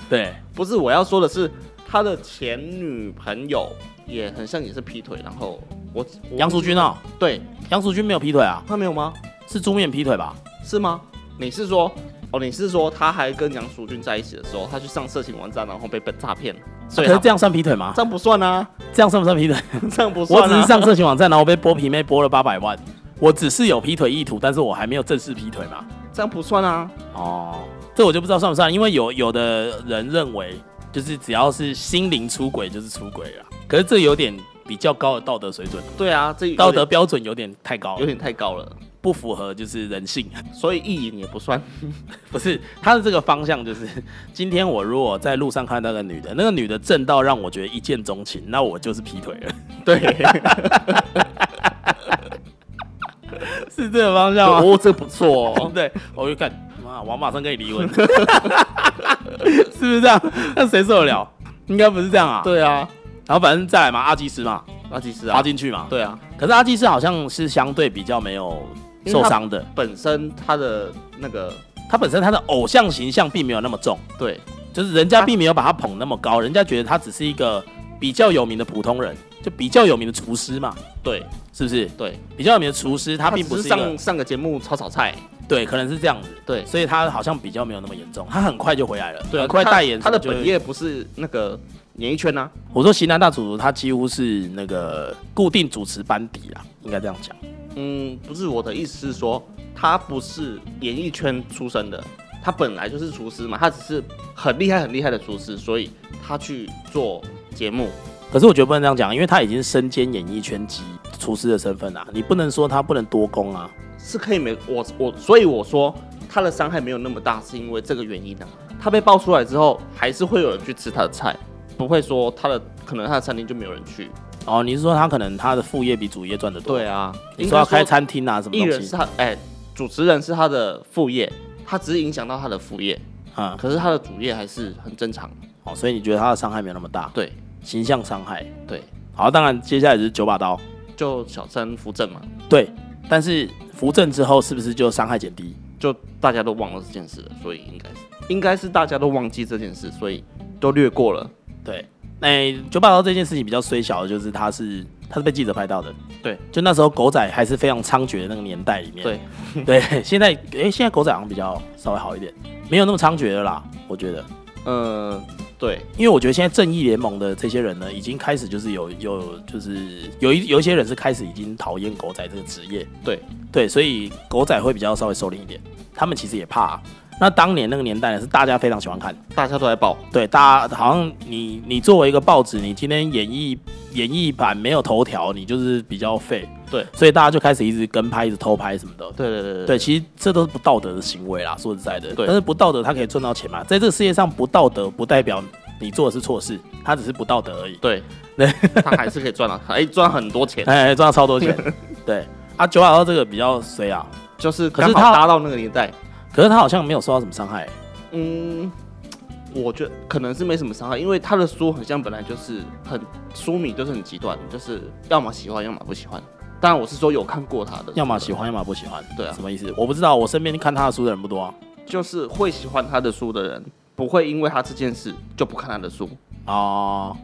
Speaker 1: 对，
Speaker 2: 不是我要说的是他的前女朋友也很像也是劈腿，然后我我
Speaker 1: 杨淑君哦，
Speaker 2: 对
Speaker 1: 杨淑君没有劈腿啊，
Speaker 2: 他没有吗？
Speaker 1: 是朱面劈腿吧？
Speaker 2: 是吗？你是说哦，你是说他还跟杨淑君在一起的时候，他去上色情网站，然后被被诈骗，所以
Speaker 1: 可
Speaker 2: 他
Speaker 1: 是这样算劈腿吗？
Speaker 2: 这样不算啊，
Speaker 1: 这样算不算劈腿？
Speaker 2: 这样不算、
Speaker 1: 我
Speaker 2: 啊，
Speaker 1: 只是上色情网站，然后被剥皮妹剥了八百万，我只是有劈腿意图，但是我还没有正式劈腿嘛。
Speaker 2: 这样不算啊，
Speaker 1: 哦，这我就不知道算不算，因为有有的人认为，就是只要是心灵出轨就是出轨了，可是这有点比较高的道德水准，
Speaker 2: 对啊，这有点
Speaker 1: 道德标准有点太高
Speaker 2: 有
Speaker 1: 了，
Speaker 2: 点太高了，
Speaker 1: 不符合就是人性。
Speaker 2: 所以意淫也不算，
Speaker 1: 不是他的这个方向，就是 今天我如果在路上看到那个女的，那个女的正到让我觉得一见钟情，那我就是劈腿 了，
Speaker 2: 对，
Speaker 1: 是这个方向吗？
Speaker 2: 哦，这不错、哦。
Speaker 1: 对，我就看，妈，我马上跟你离婚， 是不是这样？那谁受得了？应该不是这样啊。
Speaker 2: 对啊，
Speaker 1: 然后反正再来嘛，阿基斯嘛，
Speaker 2: 阿基斯
Speaker 1: 拉
Speaker 2: 啊，
Speaker 1: 进去嘛。
Speaker 2: 对啊，
Speaker 1: 可是阿基斯好像是相对比较没有
Speaker 2: 因为
Speaker 1: 受
Speaker 2: 他
Speaker 1: 伤的，
Speaker 2: 本身他的那个
Speaker 1: 他本身他的偶像形象并没有那么重，
Speaker 2: 对
Speaker 1: 就是人家并没有把他捧那么高，人家觉得他只是一个比较有名的普通人，就比较有名的厨师嘛，
Speaker 2: 对
Speaker 1: 是不是？
Speaker 2: 对，
Speaker 1: 比较有名的厨师，他并
Speaker 2: 只
Speaker 1: 不
Speaker 2: 是
Speaker 1: 是一个
Speaker 2: 上上个节目炒炒菜，
Speaker 1: 对，可能是这样子，
Speaker 2: 对
Speaker 1: 所以他好像比较没有那么严重，他很快就回来了，
Speaker 2: 对啊，
Speaker 1: 很快
Speaker 2: 他
Speaker 1: 代言
Speaker 2: 他的
Speaker 1: 什么就
Speaker 2: 本业不是那个演艺圈啊，
Speaker 1: 我说《型男大主厨》，他几乎是那个固定主持班底啦，应该这样讲。
Speaker 2: 嗯，不是我的意思是说，他不是演艺圈出身的，他本来就是厨师嘛，他只是很厉害很厉害的厨师，所以他去做节目，
Speaker 1: 可是我觉得不能这样讲，因为他已经身兼演艺圈及厨师的身份啦，你不能说他不能多功啊。
Speaker 2: 是可以没我我，所以我说他的伤害没有那么大，是因为这个原因啊。他被爆出来之后，还是会有人去吃他的菜，不会说他的可能他的餐厅就没有人去。
Speaker 1: 哦，你是说他可能他的副业比主业赚得多？
Speaker 2: 对，啊，
Speaker 1: 你说要开
Speaker 2: 餐，
Speaker 1: 餐厅啊，什么
Speaker 2: 艺
Speaker 1: 东
Speaker 2: 人是
Speaker 1: 西？
Speaker 2: 他哎、主持人是他的副业，他只是影响到他的副业，
Speaker 1: 啊、
Speaker 2: 可是他的主业还是很正常。
Speaker 1: 哦，所以你觉得他的伤害没有那么大，
Speaker 2: 对
Speaker 1: 形象伤害。
Speaker 2: 对，
Speaker 1: 好，当然接下来就是九把刀，
Speaker 2: 就小三扶正嘛，
Speaker 1: 对，但是扶正之后是不是就伤害减低？
Speaker 2: 就大家都忘了这件事了，所以应该是应该是大家都忘记这件事，所以都略过了。
Speaker 1: 对，那、九把刀这件事情比较虽小的就是他是他是被记者拍到的，
Speaker 2: 对
Speaker 1: 就那时候狗仔还是非常猖獗的那个年代里面，
Speaker 2: 对，
Speaker 1: 对，现在诶，现在狗仔好像比较稍微好一点，没有那么猖獗了啦，我觉得，
Speaker 2: 嗯，对，
Speaker 1: 因为我觉得现在正义联盟的这些人呢，已经开始就是有有就是有一有一些人是开始已经讨厌狗仔这个职业，
Speaker 2: 对
Speaker 1: 对，所以狗仔会比较稍微收敛一点，他们其实也怕、那当年那个年代呢，是大家非常喜欢看，
Speaker 2: 大家都在报，
Speaker 1: 对，大家好像你你作为一个报纸，你今天演艺演艺版没有头条，你就是比较废，
Speaker 2: 对，
Speaker 1: 所以大家就开始一直跟拍、一直偷拍什么的，
Speaker 2: 对对对
Speaker 1: 对，其实这都是不道德的行为啦，说实在的。
Speaker 2: 对
Speaker 1: 但是不道德，他可以赚到钱嘛？在这个世界上，不道德不代表你做的是错事，他只是不道德而已。
Speaker 2: 对对，他还是可以赚到，哎，赚很多钱，
Speaker 1: 哎，赚到超多 钱。对啊，九把刀这个比较衰啊，
Speaker 2: 就是
Speaker 1: 可是
Speaker 2: 刚好
Speaker 1: 他
Speaker 2: 搭到那个年代，
Speaker 1: 可是他好像没有受到什么伤害、
Speaker 2: 嗯。我觉得可能是没什么伤害，因为他的书很像本来就是很书迷都是很极端，就是要么喜欢，要么不喜欢。当然我是说有看过他的，
Speaker 1: 要么喜欢，要么不喜欢。
Speaker 2: 对啊
Speaker 1: 什么意思？我不知道，我身边看他的书的人不多啊。
Speaker 2: 就是会喜欢他的书的人，不会因为他这件事就不看他的书
Speaker 1: 哦，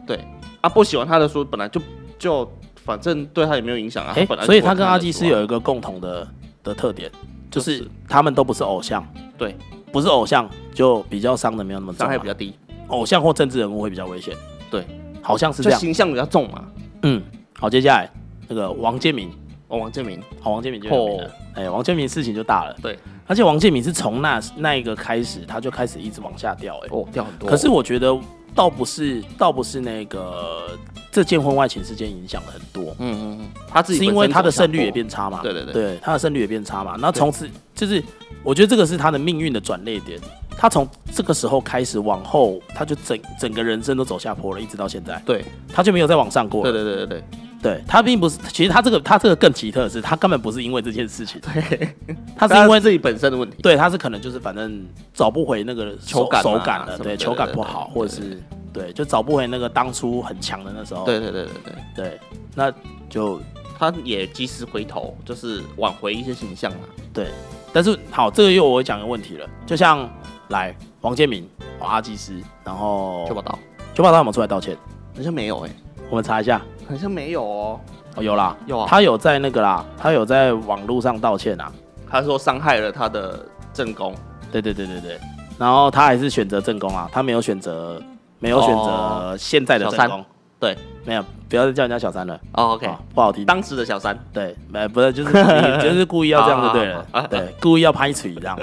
Speaker 2: 啊。不喜欢他的书，本来就就反正对他也没有影响啊。
Speaker 1: 哎、
Speaker 2: 本来就
Speaker 1: 所以
Speaker 2: 不会
Speaker 1: 他跟
Speaker 2: 看
Speaker 1: 阿
Speaker 2: 的
Speaker 1: 基
Speaker 2: 书
Speaker 1: 斯
Speaker 2: 啊
Speaker 1: 有一个共同的的特点，就
Speaker 2: 就是是
Speaker 1: 他们都不是偶像，
Speaker 2: 对
Speaker 1: 不是偶像就比较伤的没有那么重
Speaker 2: 伤
Speaker 1: 啊、
Speaker 2: 害比较低，
Speaker 1: 偶像或政治人物会比较危险。
Speaker 2: 对，
Speaker 1: 好像是这
Speaker 2: 就
Speaker 1: 样。
Speaker 2: 形象比较重嘛。
Speaker 1: 嗯，好，接下来那个王建民，
Speaker 2: 哦，王建民，
Speaker 1: 好，王建民就有名了
Speaker 2: 哦。
Speaker 1: 哎、王建民事情就大了。
Speaker 2: 对，
Speaker 1: 而且王建民是从那那一个开始，他就开始一直往下掉、哎、
Speaker 2: 哦，掉很多。
Speaker 1: 可是我觉得倒不是，倒不是那个这件婚外情事件影响了很多，
Speaker 2: 嗯，嗯嗯，他自己
Speaker 1: 是因
Speaker 2: 本
Speaker 1: 为
Speaker 2: 身
Speaker 1: 他的
Speaker 2: 走下
Speaker 1: 胜率
Speaker 2: 坡
Speaker 1: 也，变差嘛。
Speaker 2: 对对对
Speaker 1: 对，他的胜率也变差嘛。那从此就是，我觉得这个是他的命运的转捩点。他从这个时候开始往后，他就整整个人生都走下坡了，一直到现在，
Speaker 2: 对
Speaker 1: 他就没有再往上过了
Speaker 2: 对。对对对对
Speaker 1: 对他并不是，其实他这个他这个更奇特的是，他根本不是因为这件事情，
Speaker 2: 对，
Speaker 1: 他是因为
Speaker 2: 自己本身的问题。
Speaker 1: 对他是可能就是反正找不回那个
Speaker 2: 球感啊
Speaker 1: 手手感了，
Speaker 2: 什么
Speaker 1: 对
Speaker 2: 的
Speaker 1: 球感不好，
Speaker 2: 对对
Speaker 1: 或者是对就找不回那个当初很强的那时候，
Speaker 2: 对对对对对，
Speaker 1: 对，那就
Speaker 2: 他也及时回头，就是挽回一些形象啊嘛。
Speaker 1: 对，但是好，这个又我讲个问题了，就像来王建民、哦阿基斯，然后
Speaker 2: 就报道，
Speaker 1: 九把刀有没有出来道歉？
Speaker 2: 好像没有哎，
Speaker 1: 我们查一下，
Speaker 2: 好像没有哦。
Speaker 1: 哦有啦，
Speaker 2: 有啊
Speaker 1: 他有在那个啦，他有在网络上道歉啊，
Speaker 2: 他说伤害了他的正宫，
Speaker 1: 对对对对对，然后他还是选择正宫啊，他没有选择，没有选择现在的
Speaker 2: 哦小
Speaker 1: 正宫
Speaker 2: 三，对
Speaker 1: 没有，不要再叫人家小三了
Speaker 2: 哦，OK，
Speaker 1: 啊不好听。
Speaker 2: 当时的小三，
Speaker 1: 对，没不是就是你就是故意要这样就对 了
Speaker 2: 好好好，
Speaker 1: 对，故意要拍腿这样，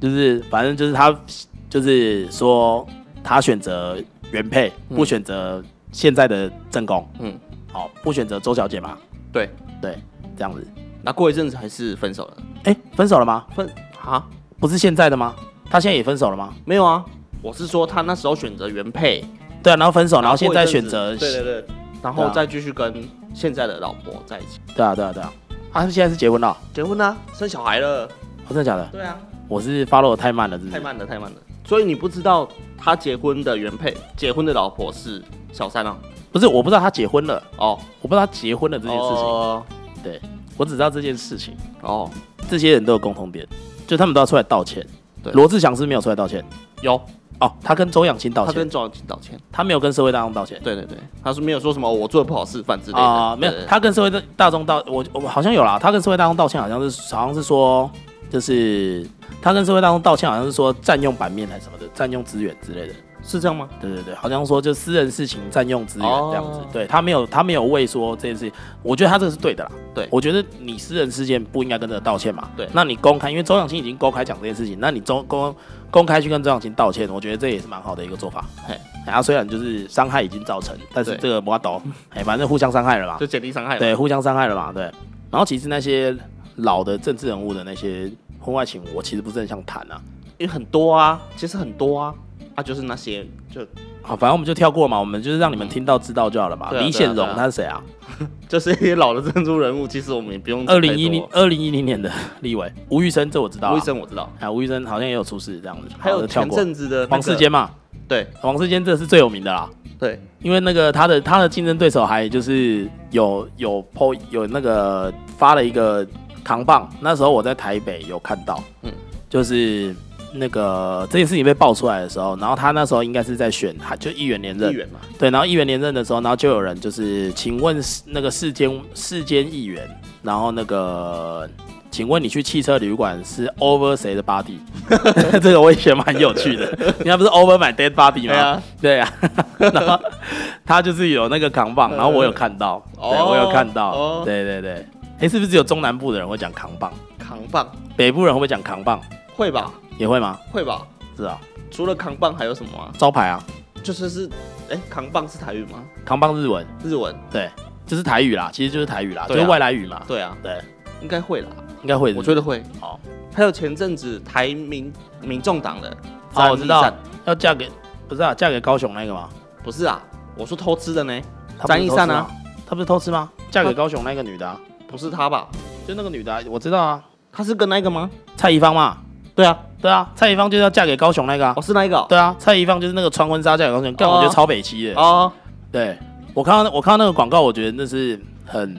Speaker 1: 就是反正就是他就是说他选择原配，不选择现在的正宫，
Speaker 2: 嗯，
Speaker 1: 好，不选择周小姐嘛，
Speaker 2: 对，
Speaker 1: 对，这样子，
Speaker 2: 那过一阵子还是分手了，
Speaker 1: 哎，分手了吗？
Speaker 2: 分啊
Speaker 1: 不是现在的吗？他现在也分手了吗？
Speaker 2: 没有啊，我是说他那时候选择原配，
Speaker 1: 对啊，然后分手，然后现在
Speaker 2: 过一阵
Speaker 1: 选
Speaker 2: 子
Speaker 1: 择
Speaker 2: 对对对，
Speaker 1: 对
Speaker 2: 然后
Speaker 1: 啊
Speaker 2: 再继续跟现在的老婆在一起，
Speaker 1: 对啊，对啊，对啊，他们现在是结婚了哦、
Speaker 2: 结婚啦、生小孩了，
Speaker 1: 哦真的假的？
Speaker 2: 对啊，
Speaker 1: 我是 follow 的太慢了，是不是
Speaker 2: 太慢了太慢了，所以你不知道他结婚的原配，结婚的老婆是小三啊？
Speaker 1: 不是，我不知道他结婚了，
Speaker 2: 哦，
Speaker 1: 我不知道他结婚了这
Speaker 2: 这
Speaker 1: 件事情，
Speaker 2: 哦，
Speaker 1: 对我只知道这件事情。
Speaker 2: 哦
Speaker 1: 这些人都有共同点，就他们都要出来道歉。
Speaker 2: 对
Speaker 1: 罗志祥是不是没有出来道歉
Speaker 2: 有，
Speaker 1: 哦，他跟周扬青道
Speaker 2: 他
Speaker 1: 歉，他
Speaker 2: 跟庄青道歉。
Speaker 1: 没有跟社会大众道歉
Speaker 2: 对对对，他是没有说什么我做的不好示范之类的
Speaker 1: 啊、没有
Speaker 2: 对，对
Speaker 1: 他跟社会大众道，我我好像有啦，他跟社会大众道歉好像是好像是说，就是他跟社会大众道歉好像是说占用版面还是什么的，占用资源之类的。
Speaker 2: 是这样吗？
Speaker 1: 对对对，好像说就私人事情占用资源
Speaker 2: 哦
Speaker 1: 这样子，对他没有他没有为说这件事情，我觉得他这个是对的啦。
Speaker 2: 对
Speaker 1: 我觉得你私人事件不应该跟这个道歉嘛。
Speaker 2: 对
Speaker 1: 那你公开，因为周扬青已经公开讲这件事情，那你周公公开去跟周扬青道歉，我觉得这也是蛮好的一个做法。
Speaker 2: 嘿，
Speaker 1: 然后虽然就是伤害已经造成，但是
Speaker 2: 对
Speaker 1: 这个不要抖， 哎，反正互相伤害了嘛，
Speaker 2: 就减低伤害嘛。
Speaker 1: 对，互相伤害了嘛，对。然后其实那些老的政治人物的那些婚外情，我其实不是很想谈啊。
Speaker 2: 因为很多啊，其实很多啊，啊就是那些就
Speaker 1: 好，反正我们就跳过嘛，我们就是让你们听到知道就好了嘛。
Speaker 2: 嗯对啊
Speaker 1: 李显
Speaker 2: 对
Speaker 1: 荣
Speaker 2: 啊对啊
Speaker 1: 他是谁啊？
Speaker 2: 就是一些老的珍珠人物，其实我们也不用
Speaker 1: 二零一零二零一零年的立委 吴玉生，这我知道、啊。
Speaker 2: 医生我知道，
Speaker 1: 啊，吴玉生好像也有出事这样子，
Speaker 2: 还
Speaker 1: 好
Speaker 2: 有
Speaker 1: 就跳
Speaker 2: 前
Speaker 1: 过。
Speaker 2: 阵子的那个
Speaker 1: 王世，坚嘛，
Speaker 2: 对
Speaker 1: 王世坚这是最有名的啦，
Speaker 2: 对
Speaker 1: 因为那个他的他的竞争对手还就是有有 po 有那个发了一个扛棒，那时候我在台北有看到，嗯
Speaker 2: 嗯，
Speaker 1: 就是那个这件事情被爆出来的时候，然后他那时候应该是在选还就议员连任
Speaker 2: 议，员嘛，
Speaker 1: 对，然后议员连任的时候，然后就有人就是，请问是那个世间世间议员，然后那个，请问你去汽车旅馆是 over 谁的 body？这 个我也觉得蛮有趣的，人家不是 over 买 dead body 吗？
Speaker 2: 对啊，
Speaker 1: 对啊，然后他就是有那个扛棒，然后我有看到，
Speaker 2: 哦
Speaker 1: 对我有看到，
Speaker 2: 哦
Speaker 1: 对对对，哎，是不是只有中南部的人会讲扛棒？
Speaker 2: 扛棒
Speaker 1: 北部人会不会讲扛棒？
Speaker 2: 会吧
Speaker 1: 也会吗？
Speaker 2: 会吧，
Speaker 1: 是啊，
Speaker 2: 除了扛棒还有什么啊？
Speaker 1: 招牌啊，
Speaker 2: 就是是哎扛棒是台语吗？
Speaker 1: 扛棒日文，
Speaker 2: 日文
Speaker 1: 对，就是台语啦，其实就是台语啦，
Speaker 2: 对啊
Speaker 1: 就是外来语嘛，
Speaker 2: 对啊，
Speaker 1: 对，
Speaker 2: 应该会啦，
Speaker 1: 应该会，
Speaker 2: 我觉得会。
Speaker 1: 好。
Speaker 2: 还有前阵子台民民众党的
Speaker 1: 哦，我知道
Speaker 2: 詹义，
Speaker 1: 要嫁给不是啊，嫁给高雄那个吗？
Speaker 2: 善不是啊，我说偷吃的呢，
Speaker 1: 他不是
Speaker 2: 张义善
Speaker 1: 偷
Speaker 2: 啊
Speaker 1: 吃吗，他不是偷吃吗？嫁给高雄那个女的、啊，
Speaker 2: 不是他吧？
Speaker 1: 就那个女的、啊，我知道啊，
Speaker 2: 他是跟那个吗？
Speaker 1: 蔡宜芳嘛，
Speaker 2: 对啊，
Speaker 1: 对啊，蔡宜芳就是要嫁给高雄那个、啊
Speaker 2: 哦，是那一个哦
Speaker 1: 对啊，蔡宜芳就是那个穿婚纱嫁给高雄，干
Speaker 2: 哦
Speaker 1: 我觉得超北七的，
Speaker 2: 哦，
Speaker 1: 对我看到我看到那个广告，我觉得那是很，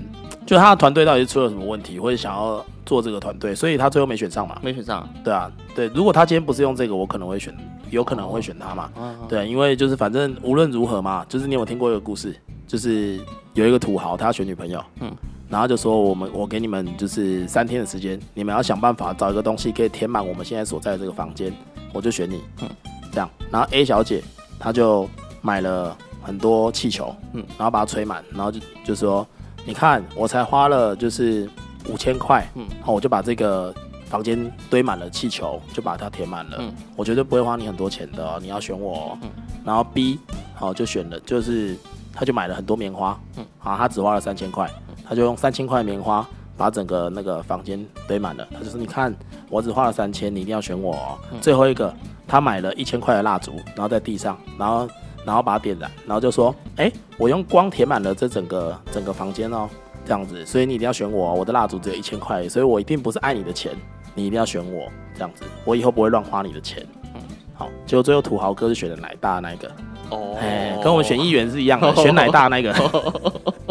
Speaker 1: 就他的团队到底是出了什么问题，或者想要做这个团队，所以他最后没选上嘛，
Speaker 2: 没选上啊
Speaker 1: 对啊，对，如果他今天不是用这个，我可能会选，有可能会选他嘛，
Speaker 2: 啊，
Speaker 1: 对，因为就是反正无论如何嘛，就是你有听过一个故事，就是有一个土豪他要选女朋友，嗯
Speaker 2: 嗯，
Speaker 1: 然后就说我们我给你们就是三天的时间，你们要想办法找一个东西可以填满我们现在所在的这个房间，我就选你，嗯
Speaker 2: 嗯，
Speaker 1: 这样，然后 A 小姐她就买了很多气球，嗯
Speaker 2: 嗯，
Speaker 1: 然后把它吹满，然后就就说你看我才花了就是五千块，嗯
Speaker 2: 嗯，
Speaker 1: 然后我就把这个。房间堆满了气球，就把它填满了。
Speaker 2: 嗯
Speaker 1: 我绝对不会花你很多钱的哦、你要选我、哦。然后 B 好就选了，就是他就买了很多棉花，嗯
Speaker 2: 嗯，
Speaker 1: 好，他只花了三千块，他就用三千块棉花把整个那个房间堆满了。他就说：“你看，我只花了三千，你一定要选我、哦。
Speaker 2: 嗯
Speaker 1: 最后一个，他买了一千块的蜡烛，然后在地上，然后然后把它点燃，然后就说：“哎，我用光填满了这整个整个房间哦，这样子，所以你一定要选我哦、我的蜡烛只有一千块，所以我一定不是爱你的钱，你一定要选我，这样子，我以后不会乱花你的钱。”
Speaker 2: 嗯
Speaker 1: 好，结果最后土豪哥是选了奶大的那一个，
Speaker 2: 哦，
Speaker 1: 哎、跟我们选议员是一样的，选奶大那个。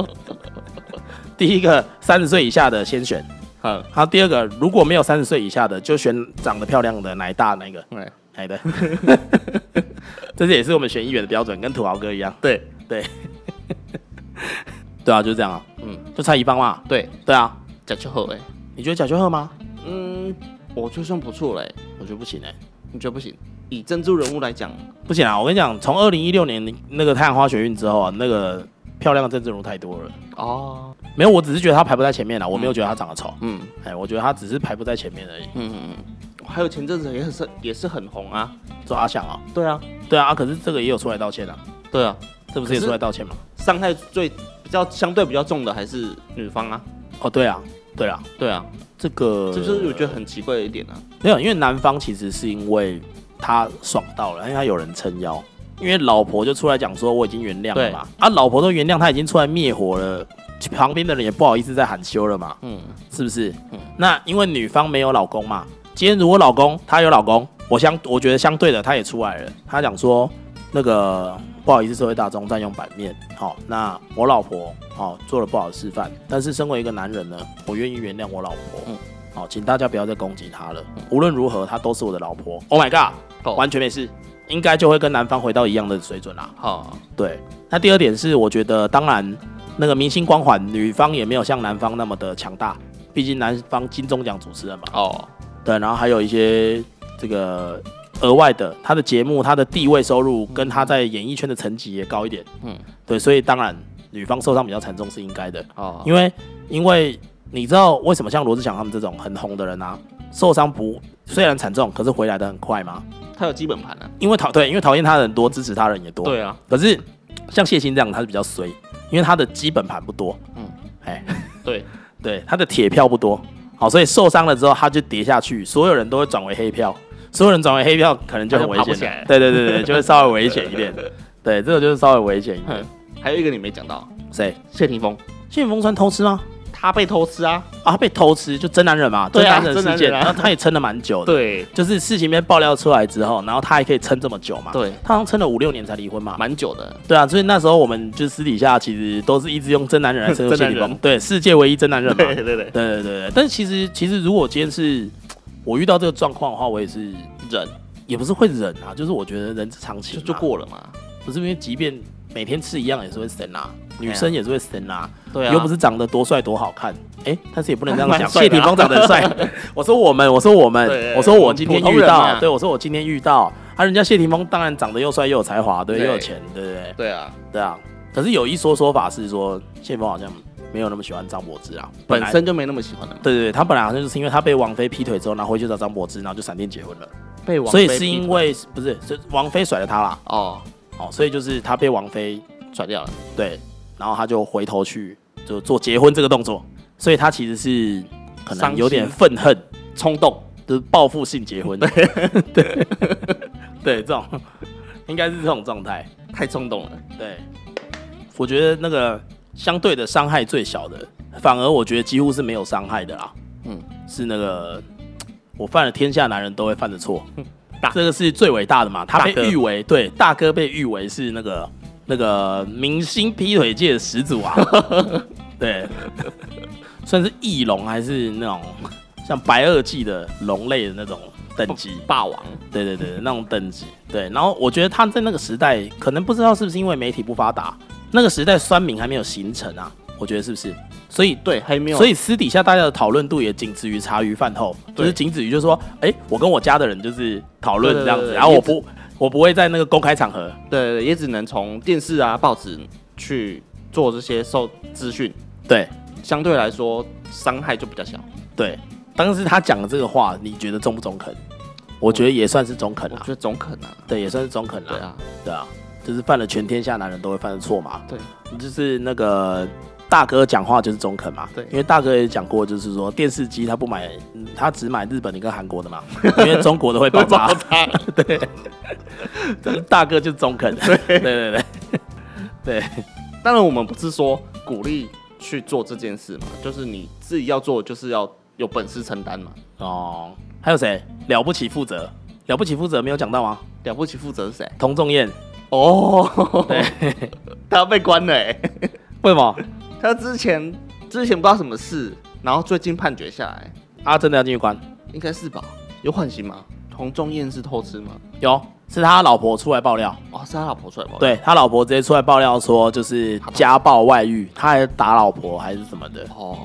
Speaker 1: 第一个三十岁以下的先选，
Speaker 2: 嗯，
Speaker 1: 好，第二个如果没有三十岁以下的，就选长得漂亮的奶大那个，
Speaker 2: 对
Speaker 1: 哎的， 这是也是我们选议员的标准，跟土豪哥一样。
Speaker 2: 对
Speaker 1: 对啊，就是这样啊，
Speaker 2: 嗯
Speaker 1: 就蔡宜芳嘛。
Speaker 2: 对，
Speaker 1: 对啊，
Speaker 2: 假秋后哎，
Speaker 1: 你觉得贾秀赫吗？
Speaker 2: 嗯，我就算不错嘞，
Speaker 1: 我觉得不行哎、
Speaker 2: 你觉得不行？以珍珠人物来讲，
Speaker 1: 不行啊！我跟你讲，从二零一六年那个太阳花学运之后啊，那个漂亮的郑志如太多了。
Speaker 2: 哦，
Speaker 1: 没有，我只是觉得她排不在前面啊，我没有觉得她长得丑。
Speaker 2: 嗯
Speaker 1: 哎、我觉得她只是排不在前面而已。
Speaker 2: 嗯嗯嗯，还有前阵子也是也是很红啊，
Speaker 1: 说阿翔啊，
Speaker 2: 对啊
Speaker 1: 对啊，啊可是这个也有出来道歉啊，
Speaker 2: 对啊，
Speaker 1: 这不是也
Speaker 2: 可是
Speaker 1: 出来道歉吗？
Speaker 2: 伤害最比较相对比较重的还是女方啊，
Speaker 1: 哦，对啊，对啊，
Speaker 2: 对啊，
Speaker 1: 这个
Speaker 2: 这就是我觉得很奇怪的一点啊，
Speaker 1: 没有，因为男方其实是因为他爽到了，因为他有人撑腰，因为老婆就出来讲说我已经原谅了嘛，啊，老婆都原谅他已经出来灭火了，旁边的人也不好意思再喊休了嘛，
Speaker 2: 嗯
Speaker 1: 是不是？
Speaker 2: 嗯
Speaker 1: 那因为女方没有老公嘛，今天如果老公他有老公，我相我觉得相对的，他也出来了，他讲说那个不好意思，社会大众占用版面，好、那我老婆好、做了不好的示范，但是身为一个男人呢，我愿意原谅我老婆，
Speaker 2: 嗯
Speaker 1: 好、请大家不要再攻击她了，无论如何，她都是我的老婆，Oh my god，、
Speaker 2: 哦
Speaker 1: 完全没事，应该就会跟男方回到一样的水准啦。
Speaker 2: 好，啊
Speaker 1: 对，那第二点是，我觉得当然那个明星光环，女方也没有像男方那么的强大，毕竟男方金钟奖主持人嘛。
Speaker 2: 哦，
Speaker 1: 对，然后还有一些这个额外的，他的节目、他的地位、收入跟他在演艺圈的层级也高一点。
Speaker 2: 嗯，
Speaker 1: 对，所以当然女方受伤比较惨重是应该的，
Speaker 2: 哦，
Speaker 1: 因为因为你知道为什么像罗志祥他们这种很红的人啊，受伤不虽然惨重，可是回来的很快嘛，
Speaker 2: 他有基本盘啊。
Speaker 1: 因为讨对，因为讨厌他的人多，支持他的人也多。
Speaker 2: 对啊，
Speaker 1: 可是像谢欣这样，他是比较衰，因为他的基本盘不多，
Speaker 2: 嗯
Speaker 1: 嗯，哎，
Speaker 2: 对，
Speaker 1: 对，他的铁票不多，好，所以受伤了之后他就跌下去，所有人都会转为黑票，所有人转为黑票可能就很危
Speaker 2: 他就爬不
Speaker 1: 险
Speaker 2: 起来
Speaker 1: 了，对对对对，就会稍微危险一点，对，这个就是稍微危险一点。
Speaker 2: 哼还有一个你没讲到，
Speaker 1: 谁？
Speaker 2: 谢霆锋，
Speaker 1: 谢霆锋算偷吃吗？
Speaker 2: 他被偷吃啊。
Speaker 1: 啊，他被偷吃就真男人嘛，
Speaker 2: 对啊
Speaker 1: 真男人
Speaker 2: 真男
Speaker 1: 事件，
Speaker 2: 人啊
Speaker 1: 然后他也撑了蛮久的，
Speaker 2: 对
Speaker 1: 就是事情被爆料出来之后，然后他还可以撑这么久嘛，
Speaker 2: 对，
Speaker 1: 他好像撑了五六年才离婚嘛，
Speaker 2: 蛮久的。
Speaker 1: 对啊，所以那时候我们就私底下其实都是一直用真男人来称呼谢
Speaker 2: 真男
Speaker 1: 霆
Speaker 2: 人
Speaker 1: 锋，对，世界唯一真男人嘛。
Speaker 2: 对对对，
Speaker 1: 对对对对，但其实其实如果今天是我遇到这个状况的话，我也是
Speaker 2: 忍
Speaker 1: 也不是会忍啊，就是我觉得人之常情、
Speaker 2: 就
Speaker 1: 啊，
Speaker 2: 就，过了嘛。
Speaker 1: 不是因为即便每天吃一样也是会神啊，
Speaker 2: 对
Speaker 1: 女
Speaker 2: 啊
Speaker 1: 生也是会神啊，
Speaker 2: 对啊，
Speaker 1: 又不是长得多帅多好看，哎、但是也不能这样
Speaker 2: 蛮
Speaker 1: 讲，
Speaker 2: 帅的
Speaker 1: 谢
Speaker 2: 啊
Speaker 1: 霆锋长得很 帅，我说我们，我说我们
Speaker 2: 对，
Speaker 1: 我说我今天
Speaker 2: 普通
Speaker 1: 遇
Speaker 2: 人
Speaker 1: 到，
Speaker 2: 啊
Speaker 1: 对我说我今天遇到，啊，人家谢霆锋当然长得又帅又有才华，对，
Speaker 2: 对
Speaker 1: 又有钱，对不对？
Speaker 2: 对啊，
Speaker 1: 对啊，可是有一说说法是说谢霆锋好像没有那么喜欢张柏芝啊，
Speaker 2: 本
Speaker 1: 来
Speaker 2: 身就没那么喜欢的嘛。
Speaker 1: 对对对，他本来好像就是因为他被王菲劈腿之后，然后回去找张柏芝，然后就闪电结婚了。
Speaker 2: 被王
Speaker 1: 所以
Speaker 2: 菲
Speaker 1: 是
Speaker 2: 劈
Speaker 1: 因
Speaker 2: 腿
Speaker 1: 为不是是王菲甩了他啦，
Speaker 2: 哦
Speaker 1: 哦，所以就是他被王菲
Speaker 2: 甩掉了。
Speaker 1: 对，然后他就回头去就做结婚这个动作，所以他其实是可能
Speaker 2: 伤心
Speaker 1: 有点愤恨，
Speaker 2: 冲动，
Speaker 1: 就是报复性结婚。对对 对，这种应该是这种状态。
Speaker 2: 太冲动了。
Speaker 1: 对，我觉得那个相对的伤害最小的，反而我觉得几乎是没有伤害的啦。
Speaker 2: 嗯
Speaker 1: 嗯，是那个我犯了天下男人都会犯的错
Speaker 2: 嗯大，
Speaker 1: 这个是最伟大的嘛。他
Speaker 2: 大
Speaker 1: 被
Speaker 2: 哥
Speaker 1: 誉为对大哥被誉为是那个那个明星劈腿界的始祖 啊。对，算是翼龙还是那种像白垩纪的龙类的那种等级。
Speaker 2: 霸王，
Speaker 1: 对对对，那种等级。对，然后我觉得他在那个时代，可能不知道是不是因为媒体不发达，那个时代酸民还没有形成啊，我觉得是不是？所以
Speaker 2: 对，还没有，
Speaker 1: 所以私底下大家的讨论度也仅止于茶余饭后，就
Speaker 2: 对
Speaker 1: 是仅止于就说，哎、我跟我家的人就是讨论
Speaker 2: 对对
Speaker 1: 这样
Speaker 2: 对
Speaker 1: 子，
Speaker 2: 对
Speaker 1: 然后我
Speaker 2: 也只
Speaker 1: 不我不会在那个公开场合。
Speaker 2: 对对也只能从电视啊、报纸去做这些受资讯，
Speaker 1: 对
Speaker 2: 相对来说伤害就比较小。
Speaker 1: 对，当时他讲的这个话，你觉得中不中肯？我觉得也算是中肯
Speaker 2: 我
Speaker 1: 啦
Speaker 2: 觉，得中肯啊，
Speaker 1: 对，也算是中肯啦。
Speaker 2: 对啊，
Speaker 1: 对啊，就是犯了全天下男人都会犯的错嘛。
Speaker 2: 对，
Speaker 1: 就是那个大哥讲话就是中肯嘛。
Speaker 2: 对
Speaker 1: 因为大哥也讲过，就是说电视机他不买，嗯他只买日本的跟韩国的 嘛，因为中国的会爆 炸。
Speaker 2: 炸，
Speaker 1: 大哥就是中肯，对对对 对对
Speaker 2: 当然我们不是说鼓励去做这件事嘛，就是你自己要做，就是要有本事承担嘛。
Speaker 1: 哦。还有谁了不起负责？了不起负责没有讲到吗？
Speaker 2: 了不起负责是谁？
Speaker 1: 童仲彦，
Speaker 2: 哦，
Speaker 1: 对，
Speaker 2: 他被关了、欸，
Speaker 1: 为什么？
Speaker 2: 他之前之前不知道什么事，然后最近判决下来，
Speaker 1: 啊，真的要进去关？
Speaker 2: 应该是吧？有缓刑吗？洪仲彦是偷吃吗？
Speaker 1: 有，是他老婆出来爆料。
Speaker 2: 哦，是他老婆出来吧？，
Speaker 1: 对他老婆直接出来爆料说，就是家暴外遇，他还打老婆还是什么的。
Speaker 2: 哦，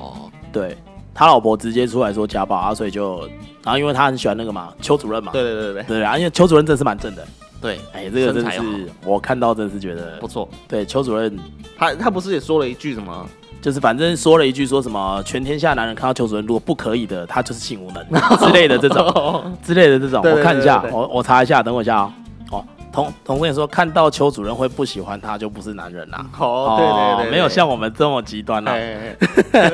Speaker 1: 对他老婆直接出来说家暴啊，所以就，然后因为他很喜欢那个嘛，邱主任嘛，
Speaker 2: 对对对对
Speaker 1: 对啊，因为邱主任真是蛮正的，
Speaker 2: 对，
Speaker 1: 哎，这个真
Speaker 2: 身
Speaker 1: 的
Speaker 2: 材
Speaker 1: 是我看到真的是觉得
Speaker 2: 不，错。
Speaker 1: 对邱主任
Speaker 2: 他他不是也说了一句什么？
Speaker 1: 就是反正说了一句说什么全天下男人看到邱主任如果不可以的，他就是性无 能之类的这种
Speaker 2: 哦，
Speaker 1: 之类的这种，
Speaker 2: 对对
Speaker 1: 我看一下
Speaker 2: 对对，对
Speaker 1: 我我查一下，等我一下哦。哦，同同事也说看到邱主任会不喜欢他就不是男人啦、哦
Speaker 2: 好，嗯哦对对对对，
Speaker 1: 没有像我们这么极端啦、
Speaker 2: 哎，哎哎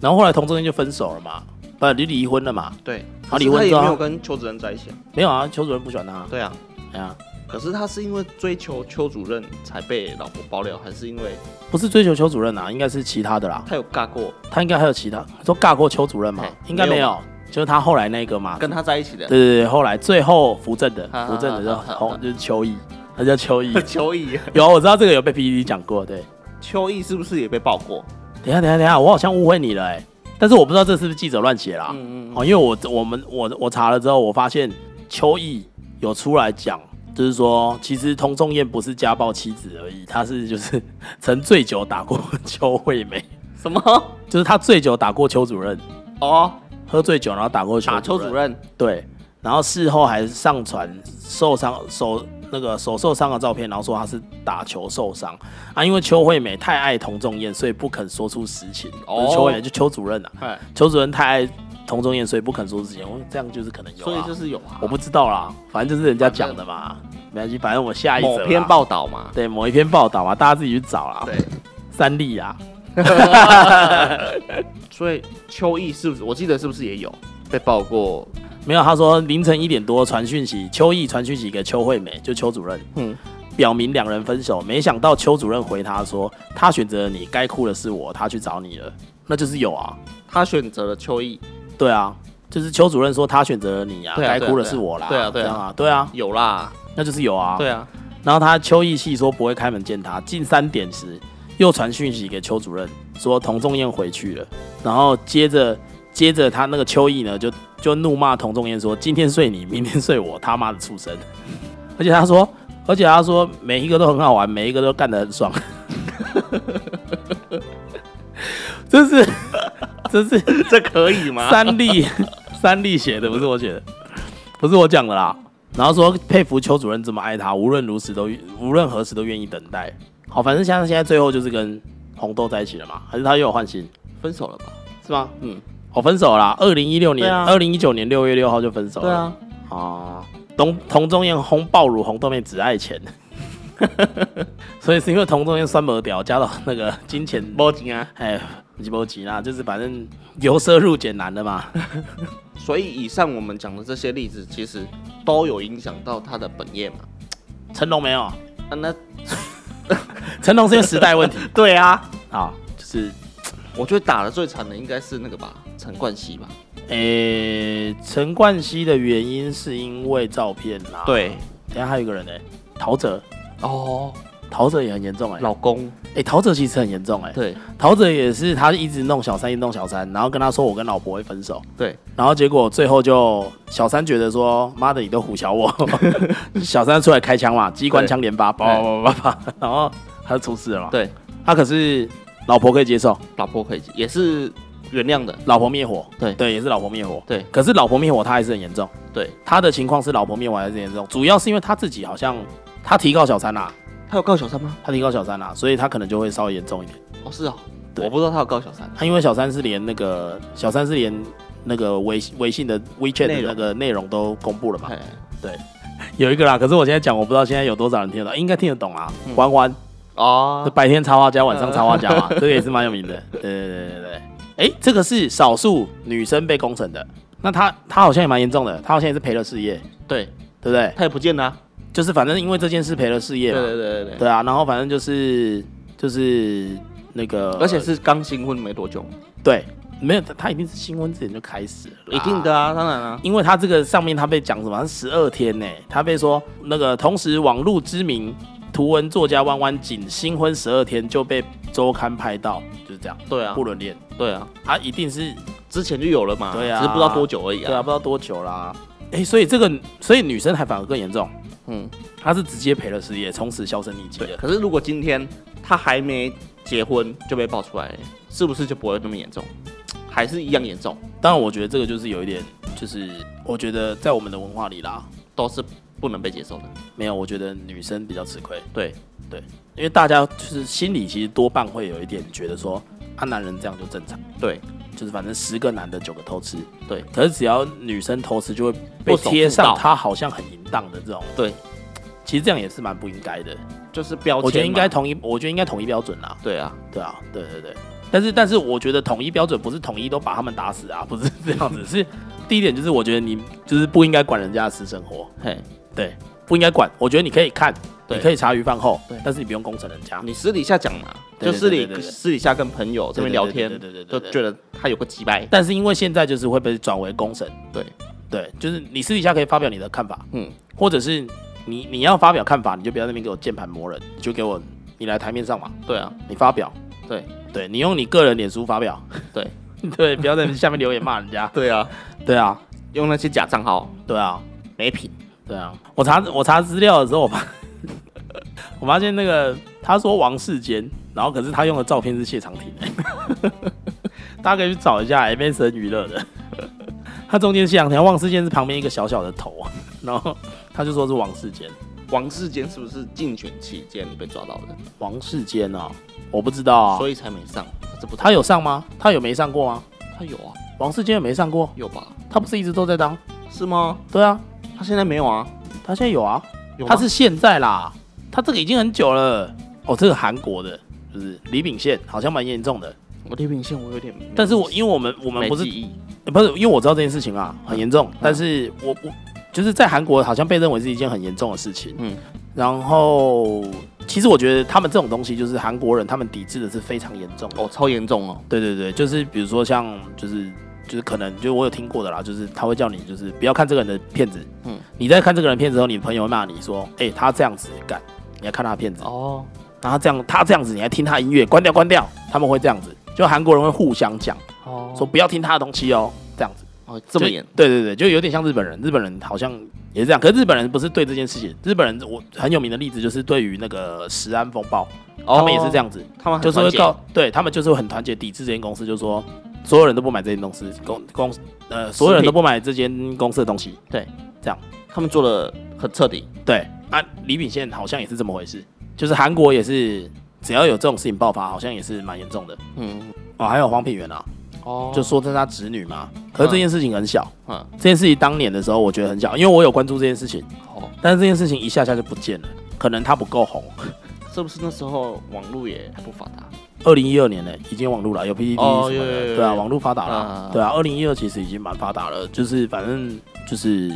Speaker 1: 然后后来童中间就分手了嘛，不，就离婚了嘛。
Speaker 2: 对，
Speaker 1: 他
Speaker 2: 可
Speaker 1: 离
Speaker 2: 是
Speaker 1: 婚
Speaker 2: 他也
Speaker 1: 之后
Speaker 2: 没有跟邱主任在一起啊。
Speaker 1: 没有啊，邱主任不喜欢他、
Speaker 2: 对啊，
Speaker 1: 哎呀、
Speaker 2: 可是他是因为追求邱主任才被老婆爆料，还是因为
Speaker 1: 不是追求邱主任啊，应该是其他的啦。
Speaker 2: 他有尬过？
Speaker 1: 他应该还有其他，说尬过邱主任吗
Speaker 2: 哎？
Speaker 1: 应该没
Speaker 2: 没有
Speaker 1: 有，就是他后来那个嘛，
Speaker 2: 跟他在一起的
Speaker 1: 对对对，后来最后扶正的
Speaker 2: 啊
Speaker 1: 扶正的
Speaker 2: 啊啊
Speaker 1: 叫
Speaker 2: 啊。
Speaker 1: 红就是秋意，他叫秋意
Speaker 2: 秋意，
Speaker 1: 有啊我知道这个有被 PPT 讲过，对。
Speaker 2: 秋啊意是不是也被爆过？
Speaker 1: 等一下等一下等一下，我好像误会你了哎、但是我不知道这是不是记者乱写啦。
Speaker 2: 嗯嗯
Speaker 1: 哦，因为我我们我我查了之后，我发现邱毅有出来讲，就是说其实童仲彦不是家暴妻子而已，他是就是 曾醉酒打过 邱惠美，
Speaker 2: 嗯，什么？
Speaker 1: 就是他醉酒打过邱主任，
Speaker 2: 哦，
Speaker 1: 喝醉酒然后打过邱
Speaker 2: 打邱主任，
Speaker 1: 对，然后事后还上传受伤手那个手受伤的照片，然后说他是打球受伤啊，因为邱惠美太爱童仲彦，所以不肯说出实情。
Speaker 2: 哦
Speaker 1: 哦，邱惠美就邱主任啊，
Speaker 2: 哎，
Speaker 1: 邱主任太爱童仲彦，所以不肯说实情。我这样就是可能有、啊，
Speaker 2: 所以就是有啊，
Speaker 1: 我不知道啦，反正就是人家讲的嘛，没关系，反正我下一则
Speaker 2: 某
Speaker 1: 啦
Speaker 2: 篇报道嘛，
Speaker 1: 对某一篇报道嘛，大家自己去找啦。
Speaker 2: 对，
Speaker 1: 三立啊，
Speaker 2: 所以秋意是不是？我记得是不是也有被爆过？
Speaker 1: 没有，他说凌晨一点多传讯息，邱毅传讯息给邱惠美，就邱主任，
Speaker 2: 嗯，
Speaker 1: 表明两人分手。没想到邱主任回他说，他选择了你，该哭的是我，他去找你了，那就是有啊，
Speaker 2: 他选择了秋意，
Speaker 1: 对啊，就是邱主任说他选择了你啊，
Speaker 2: 对
Speaker 1: 该
Speaker 2: 啊
Speaker 1: 哭
Speaker 2: 对啊
Speaker 1: 的
Speaker 2: 对啊
Speaker 1: 是我啦，
Speaker 2: 对啊对啊
Speaker 1: 这样啊，对啊，
Speaker 2: 有啦，
Speaker 1: 那就是有啊，
Speaker 2: 对啊，
Speaker 1: 然后他邱毅系说不会开门见他，近三点时又传讯息给邱主任，说童仲彦回去了。然后接着接着他那个邱毅呢，就就怒骂童仲彦说：“今天睡你，明天睡我，他妈的畜生！”而且他说，而且他说每一个都很好玩，每一个都干得很爽。 这是这是
Speaker 2: 这可以吗？
Speaker 1: 三立 三立写的，不是我写的，不是我讲的啦。然后说佩服邱主任这么爱他，无论如此都无论何时都愿意等待。好，反正像现在最后就是跟红豆在一起了嘛，还是他又有换新
Speaker 2: 分手了吧？
Speaker 1: 是吗？
Speaker 2: 嗯，
Speaker 1: 哦，分手了啦，二零一六
Speaker 2: 对
Speaker 1: 年，
Speaker 2: 啊
Speaker 1: 二零一九年六月六号就分手了。
Speaker 2: 对，啊，
Speaker 1: 哦，童童中彦轰爆乳红豆妹只爱钱， 所以是因为童中彦酸梅屌加到那个金钱
Speaker 2: 波金啊。
Speaker 1: 哎，不是不急啦，就是反正由奢入俭难的嘛。
Speaker 2: 所以以上我们讲的这些例子，其实都有影响到他的本业嘛。
Speaker 1: 成龙没有。
Speaker 2: 啊，那
Speaker 1: 成龙是因为时代问题
Speaker 2: 对啊，
Speaker 1: 啊，就是
Speaker 2: 我觉得打的最惨的应该是那个吧，陈冠希吧。
Speaker 1: 呃、陈冠希的原因是因为照片啦、，
Speaker 2: 对，
Speaker 1: 等一下还有一个人呢、陶喆，
Speaker 2: 哦，
Speaker 1: 陶喆也很严重哎、
Speaker 2: 老公，
Speaker 1: 哎、陶喆其实很严重哎、
Speaker 2: 对
Speaker 1: 陶喆也是他一直弄小三，一直弄小三，然后跟他说我跟老婆会分手，
Speaker 2: 对，
Speaker 1: 然后结果最后就小三觉得说妈的你都唬小 我，小三出来开枪嘛，机关枪连发，叭叭叭叭叭，然后他就出事了嘛，
Speaker 2: 对，
Speaker 1: 他可是老婆可以接受，
Speaker 2: 老婆可以也是原谅的，
Speaker 1: 老婆灭火，
Speaker 2: 对
Speaker 1: 对，也是老婆灭火，
Speaker 2: 对
Speaker 1: 可是老婆灭火他还是很严重。
Speaker 2: 对，
Speaker 1: 他的情况是老婆灭亡还是严重，主要是因为他自己好像他提高小三啦、
Speaker 2: 他有告小三吗？
Speaker 1: 他提高小三啦、所以他可能就会稍微严重一点。
Speaker 2: 哦，是哦，
Speaker 1: 对
Speaker 2: 我不知道他有告小三。
Speaker 1: 他因为小三是连那个小三是连那个微微信的 WeChat 的
Speaker 2: 内容
Speaker 1: 那个内容都公布了嘛？
Speaker 2: 哎，
Speaker 1: 有一个啦，可是我现在讲我不知道现在有多少人听得懂，应该听得懂啊。
Speaker 2: 嗯
Speaker 1: 欢欢，
Speaker 2: 哦，
Speaker 1: 白天插画家，晚上插画家嘛，这个也是蛮有名的。对对对对对，哎，这个是少数女生被攻审的，那她她好像也蛮严重的，她好像也是赔了事业，
Speaker 2: 对
Speaker 1: 对不对？
Speaker 2: 他也不见了啊。
Speaker 1: 就是反正因为这件事赔了事业
Speaker 2: 对
Speaker 1: 嘛。
Speaker 2: 对对对对，
Speaker 1: 对啊，然后反正就是就是那个，
Speaker 2: 而且是刚新婚没多久，
Speaker 1: 对，没有他他一定是新婚之前就开始了，
Speaker 2: 一定的。啊，当然啊。
Speaker 1: 因为他这个上面他被讲什么十二天呢、他被说那个同时网络知名图文作家弯弯仅新婚十二天就被周刊拍到，就是这样
Speaker 2: 对啊
Speaker 1: 不，伦恋，
Speaker 2: 对啊，
Speaker 1: 他一定是
Speaker 2: 之前就有了嘛，
Speaker 1: 对啊
Speaker 2: 只是不知道多久而已
Speaker 1: 对啊，不知道多久啦。哎、所以这个所以女生还反而更严重，
Speaker 2: 嗯，
Speaker 1: 她是直接赔了事业，从此销声匿迹
Speaker 2: 对，啊
Speaker 1: 的。
Speaker 2: 可是如果今天他还没结婚就被爆出来，是不是就不会那么严重？还是一样严重，
Speaker 1: 当然，我觉得这个就是有一点，就是我觉得在我们的文化里啦，
Speaker 2: 都是不能被接受的。
Speaker 1: 没有，我觉得女生比较吃亏，
Speaker 2: 对，
Speaker 1: 因为大家就是心里其实多半会有一点觉得说，啊，男人这样就正常，
Speaker 2: 对，
Speaker 1: 就是反正十个男的九个偷吃，
Speaker 2: 对。
Speaker 1: 可是只要女生偷吃，就会被
Speaker 2: 不守妇
Speaker 1: 贴上
Speaker 2: 道
Speaker 1: 她好像很淫荡的这种。
Speaker 2: 对，
Speaker 1: 其实这样也是蛮不应该的。
Speaker 2: 就是标签嘛。
Speaker 1: 我觉得应该统一，我觉得应该统一标准啦。
Speaker 2: 对啊，
Speaker 1: 对啊，对对对。但是但是，我觉得统一标准不是统一都把他们打死啊， 不是这 样子。是第一点就是，我觉得你就是不应该管人家的私生活，
Speaker 2: 嘿，
Speaker 1: 对，不应该管。我觉得你可以看，你
Speaker 2: 对
Speaker 1: 可以茶余饭后
Speaker 2: 对，
Speaker 1: 但是你不用攻城人家。
Speaker 2: 你私底下讲嘛，
Speaker 1: 对
Speaker 2: 就
Speaker 1: 对
Speaker 2: 私
Speaker 1: 对对
Speaker 2: 底
Speaker 1: 对对
Speaker 2: 私底下跟朋友这边聊天
Speaker 1: 对对对对，对
Speaker 2: 就
Speaker 1: 对对
Speaker 2: 觉得他有个鸡掰，
Speaker 1: 但是因为现在就是会被转为攻神，
Speaker 2: 对，
Speaker 1: 对，就是你私底下可以发表你的看法，
Speaker 2: 嗯，
Speaker 1: 或者是你你要发表看法，你就不要在那边给我键盘磨人，你就给我你来台面上嘛，
Speaker 2: 对啊，
Speaker 1: 你发表，
Speaker 2: 对
Speaker 1: 对你用你个人脸书发表，
Speaker 2: 对
Speaker 1: 对，不要在下面留言骂人家，
Speaker 2: 对啊，
Speaker 1: 对啊，
Speaker 2: 用那些假账号
Speaker 1: 对啊，
Speaker 2: 没品，
Speaker 1: 对啊，我查我查资料的时候，我发我发现那个他说王世坚，然后可是他用的照片是谢长廷、 大家可以去找一下 MSN 娱乐的，他中间是谢长廷，王世坚是旁边一个小小的头，然后他就说是王世坚，
Speaker 2: 王世坚是不是竞选期间被抓到的，
Speaker 1: 王世坚啊，我不知道啊，
Speaker 2: 所以才没上？这不
Speaker 1: 他有上吗？他有没上过吗？
Speaker 2: 他有啊，
Speaker 1: 王世坚有没上过？
Speaker 2: 有吧？
Speaker 1: 他不是一直都在当？
Speaker 2: 是吗？
Speaker 1: 对啊，
Speaker 2: 他现在没有啊？
Speaker 1: 他现在有啊，
Speaker 2: 有吗
Speaker 1: 他是现在啦，他这个已经很久了。哦，这个韩国的，就是李秉宪，好像蛮严重的。
Speaker 2: 我李秉宪，我有点没，
Speaker 1: 但是我因为我们我
Speaker 2: 我
Speaker 1: 们不是
Speaker 2: 嗯记嗯忆，
Speaker 1: 呃不是，因为我知道这件事情啊，很严重。但是我我就是在韩国好像被认为是一件很严重的事情。嗯
Speaker 2: 嗯，
Speaker 1: 然后其实我觉得他们这种东西，就是韩国人他们抵制的是非常严重的。
Speaker 2: 哦，超严重哦，
Speaker 1: 对对对，就是比如说像就是就是可能就我有听过的啦，就是他会叫你就是不要看这个人的片子，嗯
Speaker 2: 嗯，
Speaker 1: 你在看这个人的片子之后，你的朋友会骂你说，哎、他这样子干，你还看他的片子，
Speaker 2: 哦，
Speaker 1: 然后他这样他这样子，你还听他音乐，关掉关掉，他们会这样子，就韩国人会互相讲
Speaker 2: 哦，
Speaker 1: 说不要听他的东西哦，这样子。
Speaker 2: 哦这么
Speaker 1: 就
Speaker 2: 严，
Speaker 1: 对对对，就有点像日本人，日本人好像也是这样。可是日本人不是对这件事情，日本人我很有名的例子就是对于那个食安风暴，他们也是这
Speaker 2: 样，
Speaker 1: 样子，
Speaker 2: 哦他们
Speaker 1: 就是会
Speaker 2: 告
Speaker 1: 告对他们就是会很团结抵制这间公司，就是说所有人都不买这间公司公公呃所有人都不买这间公司的东西。
Speaker 2: 他们做的很彻底，
Speaker 1: 对啊，李秉宪好像也是这么回事，就是韩国也是只要有这种事情爆发，好像也是蛮严重的
Speaker 2: 嗯，
Speaker 1: 哦。还有黄品源啊，
Speaker 2: 哦
Speaker 1: 就说这是他侄女嘛，可是这件事情很小，
Speaker 2: 嗯，
Speaker 1: 这件事情当年的时候我觉得很小，因为我有关注这件事情，
Speaker 2: 哦，
Speaker 1: 但是这件事情一下下就不见了，可能他不够红。
Speaker 2: 是不是那时候网络也还不发达？
Speaker 1: 二零一二年呢、已经有网络了，有 PPT 什么
Speaker 2: 哦
Speaker 1: 的，
Speaker 2: 有有有有
Speaker 1: 对啊，网络发达了，
Speaker 2: 啊
Speaker 1: 对啊，二零一二其实已经蛮发达了，就是反正就是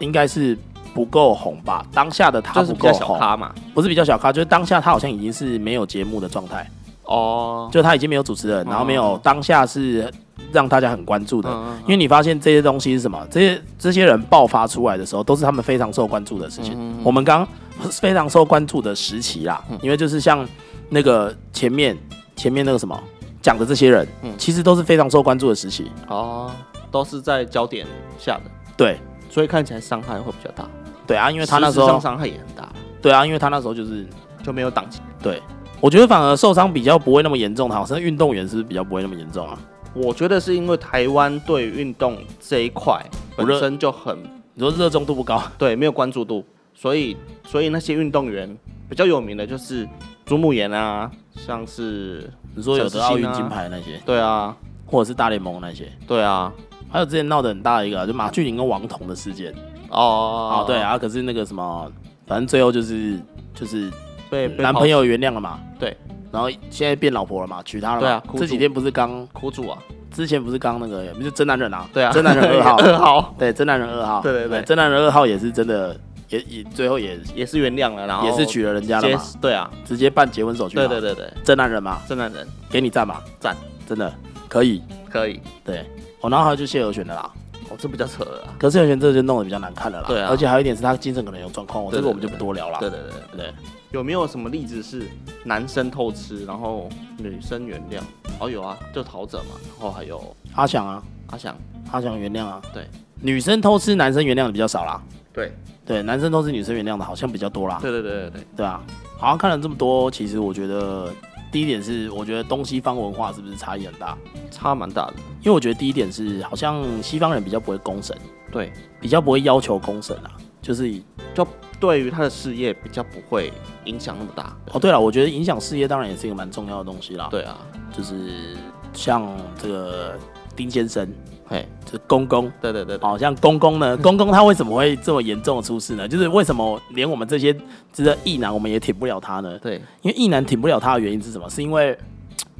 Speaker 1: 应该是不够红吧，当下的他
Speaker 2: 就是
Speaker 1: 不
Speaker 2: 比
Speaker 1: 够
Speaker 2: 较小
Speaker 1: 红，
Speaker 2: 咖嘛，
Speaker 1: 不是比较小咖，就是当下他好像已经是没有节目的状态，
Speaker 2: 哦，
Speaker 1: 就他已经没有主持人，
Speaker 2: 哦
Speaker 1: 然后没有、当下是让大家很关注的。
Speaker 2: 嗯
Speaker 1: 因为你发现这些东西是什么？这些这些人爆发出来的时候，都是他们非常受关注的事情。
Speaker 2: 嗯
Speaker 1: 我们刚 非常受关注的时期啦，因为就是像那个前面前面那个什么讲的这些人，
Speaker 2: 嗯
Speaker 1: 其实都是非常受关注的时期。
Speaker 2: 哦，都是在焦点下的，
Speaker 1: 对
Speaker 2: 所以看起来伤害会比较大，
Speaker 1: 对啊，因为他那时
Speaker 2: 实质上
Speaker 1: 候
Speaker 2: 伤害也很大，
Speaker 1: 对啊，因为他那时候就是
Speaker 2: 就没有档期。
Speaker 1: 对，我觉得反而受伤比较不会那么严重，好像运动员是不是比较不会那么严重啊？
Speaker 2: 我觉得是因为台湾对运动这一块
Speaker 1: 不
Speaker 2: 本
Speaker 1: 热
Speaker 2: 身就很
Speaker 1: 你说热衷度不高，
Speaker 2: 对没有关注度，所以所以那些运动员比较有名的就是朱慕言啊，像是
Speaker 1: 你说有
Speaker 2: 小
Speaker 1: 得
Speaker 2: 时
Speaker 1: 奥
Speaker 2: 兴
Speaker 1: 运
Speaker 2: 啊
Speaker 1: 金牌那些，
Speaker 2: 对啊
Speaker 1: 或者是大联盟那些，
Speaker 2: 对啊
Speaker 1: 还有之前闹得很大的一个啊、就马俊麟跟王彤的事件啊、
Speaker 2: 哦
Speaker 1: 对，啊，可是那个什么，反正最后就是就是
Speaker 2: 被被
Speaker 1: 男朋友原谅了嘛，
Speaker 2: 对，
Speaker 1: 然后现在变老婆了嘛，娶她了嘛，
Speaker 2: 对啊哭
Speaker 1: 这
Speaker 2: 住
Speaker 1: 几天不是刚，
Speaker 2: 抛苦主啊，
Speaker 1: 之前不是刚那个，不是真男人啊，
Speaker 2: 对啊，
Speaker 1: 真男 人二号，
Speaker 2: 二号
Speaker 1: 对，真男人二号，
Speaker 2: 对对对
Speaker 1: 真男人二号也是真的，也也最后也
Speaker 2: 也是原谅了，然后
Speaker 1: 也是娶了人家了
Speaker 2: 接
Speaker 1: 嘛，
Speaker 2: 对啊，
Speaker 1: 直接办结婚手续嘛，
Speaker 2: 对对对对，
Speaker 1: 真男人嘛，
Speaker 2: 真男人
Speaker 1: 给你赞嘛，
Speaker 2: 赞，
Speaker 1: 真的可以，
Speaker 2: 可以，
Speaker 1: 对，哦，然后还有就谢和弦的啦，
Speaker 2: 哦，这比较扯了啊，
Speaker 1: 可是谢和弦这就弄得比较难看了啦，
Speaker 2: 对啊
Speaker 1: 而且还有一点是他精神可能有状况，哦
Speaker 2: 对
Speaker 1: 这
Speaker 2: 对
Speaker 1: 个我们就不多聊了，
Speaker 2: 对对对。
Speaker 1: 对，
Speaker 2: 有没有什么例子是男生偷吃，然后女生原谅？哦，有啊，就陶喆嘛，然后还有
Speaker 1: 阿翔啊，
Speaker 2: 阿翔，
Speaker 1: 阿翔原谅啊，
Speaker 2: 对，
Speaker 1: 女生偷吃男生原谅的比较少啦。
Speaker 2: 对，
Speaker 1: 对，男生都是女生原谅的，好像比较多啦。
Speaker 2: 对对对对对，
Speaker 1: 对啊，好像看了这么多，其实我觉得第一点是，我觉得东西方文化是不是差异很大？
Speaker 2: 差蛮大的，
Speaker 1: 因为我觉得第一点是，好像西方人比较不会公审，
Speaker 2: 对，
Speaker 1: 比较不会要求公审啊。就是以
Speaker 2: 就对于他的事业比较不会影响那么大，
Speaker 1: 哦，对了，我觉得影响事业当然也是一个蛮重要的东西啦。，
Speaker 2: 对啊，
Speaker 1: 就是像这个丁先生，
Speaker 2: 嘿，
Speaker 1: 就是公公。
Speaker 2: 对对对对，
Speaker 1: 好、像公公 呢，公公他为什么会这么严重的出事呢？就是为什么连我们这些就是异男，我们也挺不了他呢？
Speaker 2: 对
Speaker 1: 因为异男挺不了他的原因是什么？是因为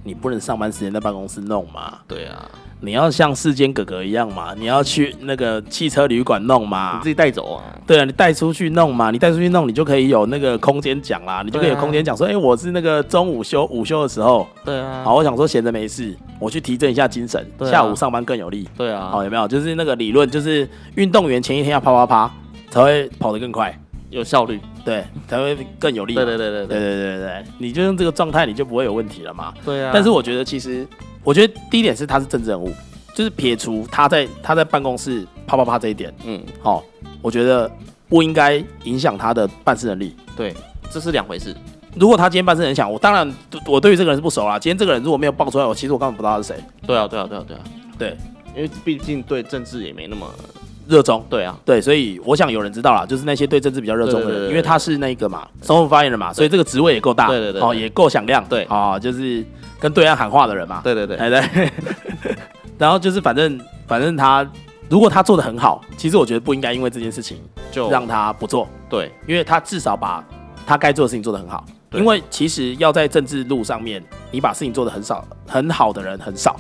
Speaker 1: 你不能上班时间在办公室弄嘛？
Speaker 2: 对啊，
Speaker 1: 你要像世间哥哥一样嘛，你要去那个汽车旅馆弄嘛
Speaker 2: 你自，己带走啊。
Speaker 1: 对啊，你带出去弄嘛，你带出去弄，你就可以有那个空间讲啦，你就可以有
Speaker 2: 对啊
Speaker 1: 空间讲说，哎、我是那个中午休午休的时候，
Speaker 2: 对啊，
Speaker 1: 好，，我想说闲着没事，我去提振一下精神，
Speaker 2: 对啊
Speaker 1: 下午上班更有力。
Speaker 2: 对啊
Speaker 1: 好，，哦有没有？就是那个理论，就是运动员前一天要啪啪啪，才会跑得更快，
Speaker 2: 有效率。啊
Speaker 1: 对，才会更有力
Speaker 2: 对
Speaker 1: 嘛。
Speaker 2: 对对对
Speaker 1: 对
Speaker 2: 对
Speaker 1: 对对对对，你就用这个状态，你就不会有问题了嘛。
Speaker 2: 对啊。
Speaker 1: 但是我觉得其实，我觉得第一点是他是政治人物，就是撇除他在他在办公室啪啪啪这一点，
Speaker 2: 嗯，
Speaker 1: 好、我觉得不应该影响他的办事能力。
Speaker 2: 对，这是两回事。
Speaker 1: 如果他今天办事很想，我当然我对于这个人是不熟啦。今天这个人如果没有爆出来，我其实我根本不知道他是谁，
Speaker 2: 对啊，对啊，对啊，对啊。
Speaker 1: 对，
Speaker 2: 因为毕竟对政治也没那么
Speaker 1: 热衷。
Speaker 2: 对啊，
Speaker 1: 对，所以我想有人知道啦，就是那些对政治比较热衷的人，
Speaker 2: 对对对对
Speaker 1: 因为他是那个嘛，总统发言人嘛，所以这个职位也够大，
Speaker 2: 对对对对
Speaker 1: 哦，也够响亮，
Speaker 2: 对
Speaker 1: 哦，就是跟对岸喊话的人嘛，
Speaker 2: 对对对，
Speaker 1: 哎对， 然后就是反正反正他如果他做的很好，其实我觉得不应该因为这件事情
Speaker 2: 就
Speaker 1: 让他不做，
Speaker 2: 对
Speaker 1: 因为他至少把他该做的事情做得很好。
Speaker 2: 对
Speaker 1: 因为其实要在政治路上面，你把事情做得很少很好的人很少。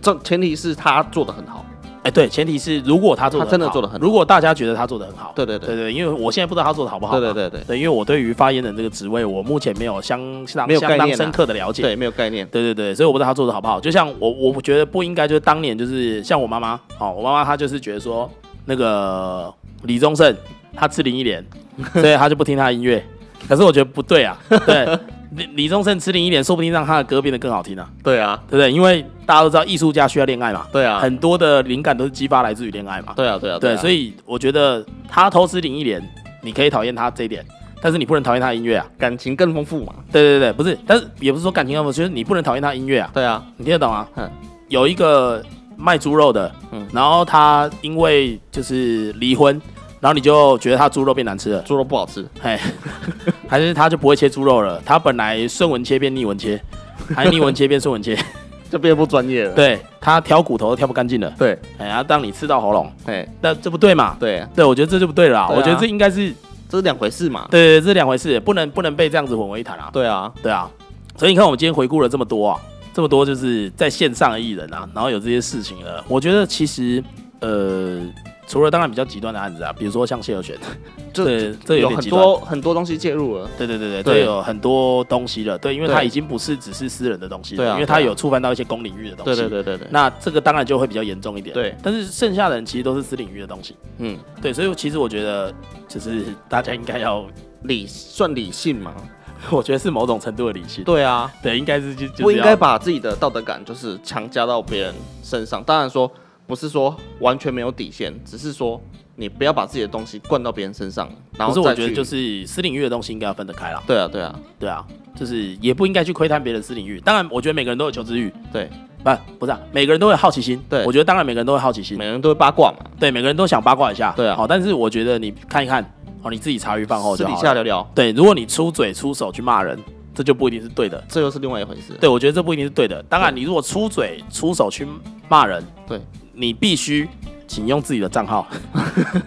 Speaker 2: 这前提是他做的很好。
Speaker 1: 哎，对，前提是如果他做得
Speaker 2: 他真的
Speaker 1: 好
Speaker 2: 做得很好
Speaker 1: 如果大家觉得他做的很好，
Speaker 2: 对对
Speaker 1: 对
Speaker 2: 对
Speaker 1: 对，因为我现在不知道他做的好不好嘛。
Speaker 2: 对对对对
Speaker 1: 对，因为我对于发言人这个职位，我目前没有相相
Speaker 2: 没有
Speaker 1: 相
Speaker 2: 概
Speaker 1: 当
Speaker 2: 念啊
Speaker 1: 深刻的了解。
Speaker 2: 对，没有概念。
Speaker 1: 对对对，所以我不知道他做的好不好。就像我，我觉得不应该，就是当年就是像我妈妈，哦，我妈妈她就是觉得说，那个李宗盛他吃林忆莲，所以他就不听他的音 乐。可是我觉得不对啊，对李李宗盛吃林忆莲，说不定让他的歌变得更好听啊，
Speaker 2: 对啊，
Speaker 1: 对不对？因为大家都知道艺术家需要恋爱嘛，
Speaker 2: 对啊，
Speaker 1: 很多的灵感都是激发来自于恋爱嘛。
Speaker 2: 对啊，对啊，
Speaker 1: 对，
Speaker 2: 啊
Speaker 1: 所以我觉得他偷吃林忆莲，你可以讨厌他这一点，但是你不能讨厌他的音乐啊。
Speaker 2: 感情更丰富嘛。
Speaker 1: 对对对，不是，但是也不是说感情那么，就是你不能讨厌他的音乐啊。
Speaker 2: 对啊，
Speaker 1: 你听得懂吗？
Speaker 2: 嗯
Speaker 1: 有一个卖猪肉的，
Speaker 2: 嗯
Speaker 1: 然后他因为就是离婚，然后你就觉得他猪肉变难吃了，
Speaker 2: 猪肉不好吃。
Speaker 1: 嘿，还是他就不会切猪肉了，他本来顺纹切变逆纹 切，还是逆纹切变顺纹切，
Speaker 2: 就变得不专业了。
Speaker 1: 对他挑骨头都挑不干净了，
Speaker 2: 对，
Speaker 1: 哎呀，让你吃到喉咙，
Speaker 2: 哎，
Speaker 1: 那这不对嘛？
Speaker 2: 对，
Speaker 1: 对，我觉得这就不对了啦
Speaker 2: 对啊
Speaker 1: 我觉得这应该是
Speaker 2: 这是两回事嘛。
Speaker 1: 对对，这是两回事，不能不能被这样子混为一谈啊。
Speaker 2: 对啊，
Speaker 1: 对啊，所以你看，我们今天回顾了这么多啊，这么多就是在线上的艺人啊，然后有这些事情了。我觉得其实，呃，除了当然比较极端的案子啊，比如说像谢和弦，
Speaker 2: 就
Speaker 1: 对，这有
Speaker 2: 有
Speaker 1: 点
Speaker 2: 很
Speaker 1: 极端。
Speaker 2: 多很多东西介入了。
Speaker 1: 对对对对，
Speaker 2: 对
Speaker 1: 这有很多东西了，对，因为
Speaker 2: 对
Speaker 1: 它已经不是只是私人的东西了，
Speaker 2: 对啊
Speaker 1: 因为它
Speaker 2: 对啊
Speaker 1: 有触犯到一些公领域的东
Speaker 2: 对
Speaker 1: 西。
Speaker 2: 对对对对，
Speaker 1: 那这个当然就会比较严重一点。
Speaker 2: 对，
Speaker 1: 但是剩下的人其实都是私领域的东西。
Speaker 2: 嗯，
Speaker 1: 对，所以其实我觉得，就是大家应该要，
Speaker 2: 理算理性嘛。
Speaker 1: 我觉得是某种程度的理性。
Speaker 2: 对啊，
Speaker 1: 对，应该是就就是
Speaker 2: 不应
Speaker 1: 要
Speaker 2: 该把自己的道德感就是强加到别人身上。当然说不是说完全没有底线，只是说你不要把自己的东西灌到别人身上，然
Speaker 1: 可
Speaker 2: 后
Speaker 1: 是我
Speaker 2: 再
Speaker 1: 觉得
Speaker 2: 去
Speaker 1: 就是私领域的东西应该要分得开啦，
Speaker 2: 对啊对啊
Speaker 1: 对啊，就是也不应该去窥探别人私领域。当然，我觉得每个人都有求知欲，
Speaker 2: 对，
Speaker 1: 不不是、啊、每个人都有好奇心。
Speaker 2: 对
Speaker 1: 我觉得当然每个人都有好奇心
Speaker 2: 每，个人都会八卦嘛，
Speaker 1: 对，每个人都想八卦一下，
Speaker 2: 对啊
Speaker 1: 好，但是我觉得你看一看，哦，你自己茶余饭后
Speaker 2: 私
Speaker 1: 就
Speaker 2: 底
Speaker 1: 好
Speaker 2: 下
Speaker 1: 了。
Speaker 2: 聊聊，
Speaker 1: 对，如果你出嘴出手去骂人，这就不一定是对的。
Speaker 2: 这又是另外一回事。
Speaker 1: 对，我觉得这不一定是对的。当然，你如果出嘴出手去骂人，
Speaker 2: 对，
Speaker 1: 你必须请用自己的账号，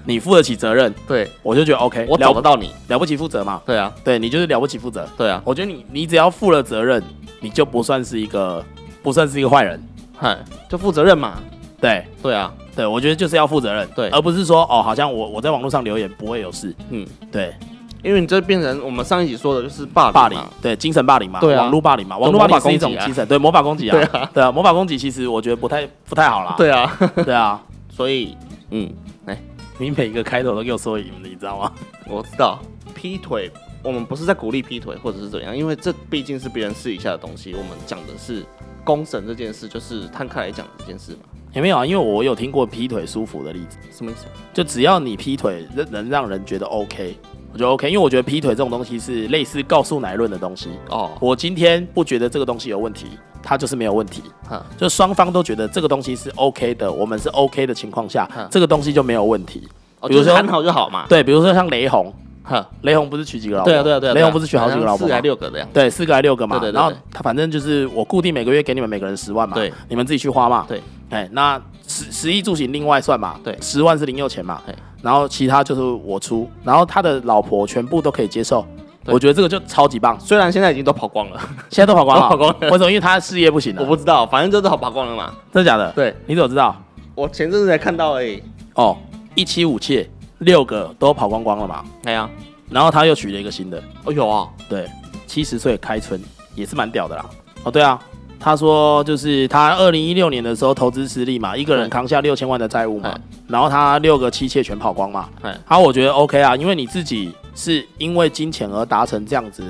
Speaker 1: 你负得起责任，
Speaker 2: 对，
Speaker 1: 我就觉得 OK，
Speaker 2: 我
Speaker 1: 了
Speaker 2: 找得
Speaker 1: 不
Speaker 2: 到你。
Speaker 1: 了不起负责嘛，
Speaker 2: 对啊
Speaker 1: 对你就是了不起负责。
Speaker 2: 对啊，
Speaker 1: 我觉得你你只要负了责任，你就不算是一个不算是一个坏人。
Speaker 2: 嗨，就负责任嘛。
Speaker 1: 对
Speaker 2: 对啊，
Speaker 1: 对，我觉得就是要负责任，
Speaker 2: 对
Speaker 1: 而不是说哦，好像我我在网络上留言不会有事。
Speaker 2: 嗯，
Speaker 1: 对，
Speaker 2: 因为你这变成我们上一集说的就是霸
Speaker 1: 霸凌
Speaker 2: 凌嘛，，
Speaker 1: 对精神霸凌嘛，
Speaker 2: 对啊
Speaker 1: 网络霸凌嘛，网络霸
Speaker 2: 魔
Speaker 1: 凌
Speaker 2: 法
Speaker 1: 是一
Speaker 2: 攻
Speaker 1: 种
Speaker 2: 击啊
Speaker 1: 精神，对魔法攻击啊，
Speaker 2: 对啊
Speaker 1: 对啊，魔法攻击其实我觉得不太不太好啦。
Speaker 2: 对啊，
Speaker 1: 对啊，
Speaker 2: 所以嗯，哎，
Speaker 1: 你每个开头都给我说赢，你知道吗？
Speaker 2: 我知道劈腿，我们不是在鼓励劈腿或者是怎样，因为这毕竟是别人私底下的东西，我们讲的是公审这件事，就是摊开来讲这件事嘛，
Speaker 1: 也没有啊，因为我有听过劈腿舒服的例子，
Speaker 2: 什么意思？
Speaker 1: 就只要你劈腿能能让人觉得 OK，我觉得 OK，因为我觉得劈腿这种东西是类似告诉乃论的东西。
Speaker 2: 哦，
Speaker 1: 我今天不觉得这个东西有问题，它就是没有问题。
Speaker 2: 哈，
Speaker 1: 就双方都觉得这个东西是 OK 的，我们是 OK 的情况下
Speaker 2: 嗯，
Speaker 1: 这个东西就没有问题。
Speaker 2: 哦
Speaker 1: 比如
Speaker 2: 就是
Speaker 1: 说
Speaker 2: 谈好就好嘛，
Speaker 1: 对，比如说像雷洪，
Speaker 2: 哈，
Speaker 1: 雷洪不是娶几个老婆？
Speaker 2: 对啊，对啊，对啊，
Speaker 1: 雷
Speaker 2: 红
Speaker 1: 洪不是娶好几个老婆
Speaker 2: 四
Speaker 1: 吗
Speaker 2: 还？六个的样子，
Speaker 1: 对，四个还六个嘛。
Speaker 2: 对对对
Speaker 1: 然后他反正就是我固定每个月给你们每个人十万嘛，
Speaker 2: 对，
Speaker 1: 你们自己去花嘛。
Speaker 2: 对，
Speaker 1: 哎，那十十亿住行另外算嘛，
Speaker 2: 对
Speaker 1: 十万是零用钱嘛
Speaker 2: 对，
Speaker 1: 然后其他就是我出，然后他的老婆全部都可以接受，
Speaker 2: 对
Speaker 1: 我觉得这个就超级棒，
Speaker 2: 虽然现在已经都跑光了，
Speaker 1: 现在都跑光了，
Speaker 2: 都跑光了
Speaker 1: 为什么？因为他事业不行了、
Speaker 2: 我不知道，反正这都好跑光了嘛。
Speaker 1: 真的假的？
Speaker 2: 啊对
Speaker 1: 你怎么知道？
Speaker 2: 我前阵子才看到哎而已。
Speaker 1: 哦，一妻五妾六个都跑光光了嘛，
Speaker 2: 哎呀，
Speaker 1: 然后他又娶了一个新的，
Speaker 2: 哦有啊，
Speaker 1: 对，七十岁开春也是蛮屌的啦。哦，对啊，他说就是他二零一六年的时候投资失利嘛，一个人
Speaker 2: 对
Speaker 1: 扛下六千万的债务嘛
Speaker 2: 对，
Speaker 1: 然后他六个妻妾全跑光嘛
Speaker 2: 对。
Speaker 1: 他我觉得 OK 啊，因为你自己是因为金钱而达成这样子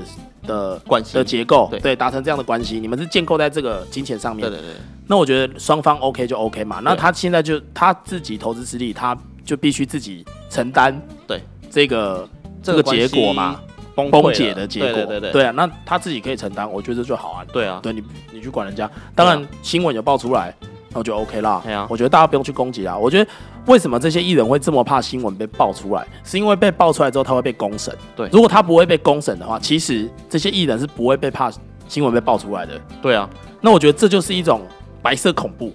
Speaker 1: 的
Speaker 2: 关系
Speaker 1: 的。结构，
Speaker 2: 对
Speaker 1: 对，达成这样的关系，你们是建构在这个金钱上面
Speaker 2: 对。对对，
Speaker 1: 那我觉得双方 OK 就 OK 嘛。那
Speaker 2: 对啊
Speaker 1: 他现在就他自己投资失利，他就必须自己承担
Speaker 2: 对
Speaker 1: 这个这个
Speaker 2: 关
Speaker 1: 结
Speaker 2: 系
Speaker 1: 果嘛，
Speaker 2: 崩溃
Speaker 1: 崩
Speaker 2: 了
Speaker 1: 解的结果，
Speaker 2: 对对对对
Speaker 1: 对啊，那他自己可以承担，我觉得就好啊。
Speaker 2: 对啊，
Speaker 1: 对你你去管人家，当然新闻有爆出来，那我就 OK 啦。
Speaker 2: 对啊
Speaker 1: 我觉得大家不用去攻击啊。我觉得为什么这些艺人会这么怕新闻被爆出来，是因为被爆出来之后他会被公审。
Speaker 2: 对
Speaker 1: 如果他不会被公审的话，其实这些艺人是不会被怕新闻被爆出来的。
Speaker 2: 对啊，
Speaker 1: 那我觉得这就是一种白色恐怖，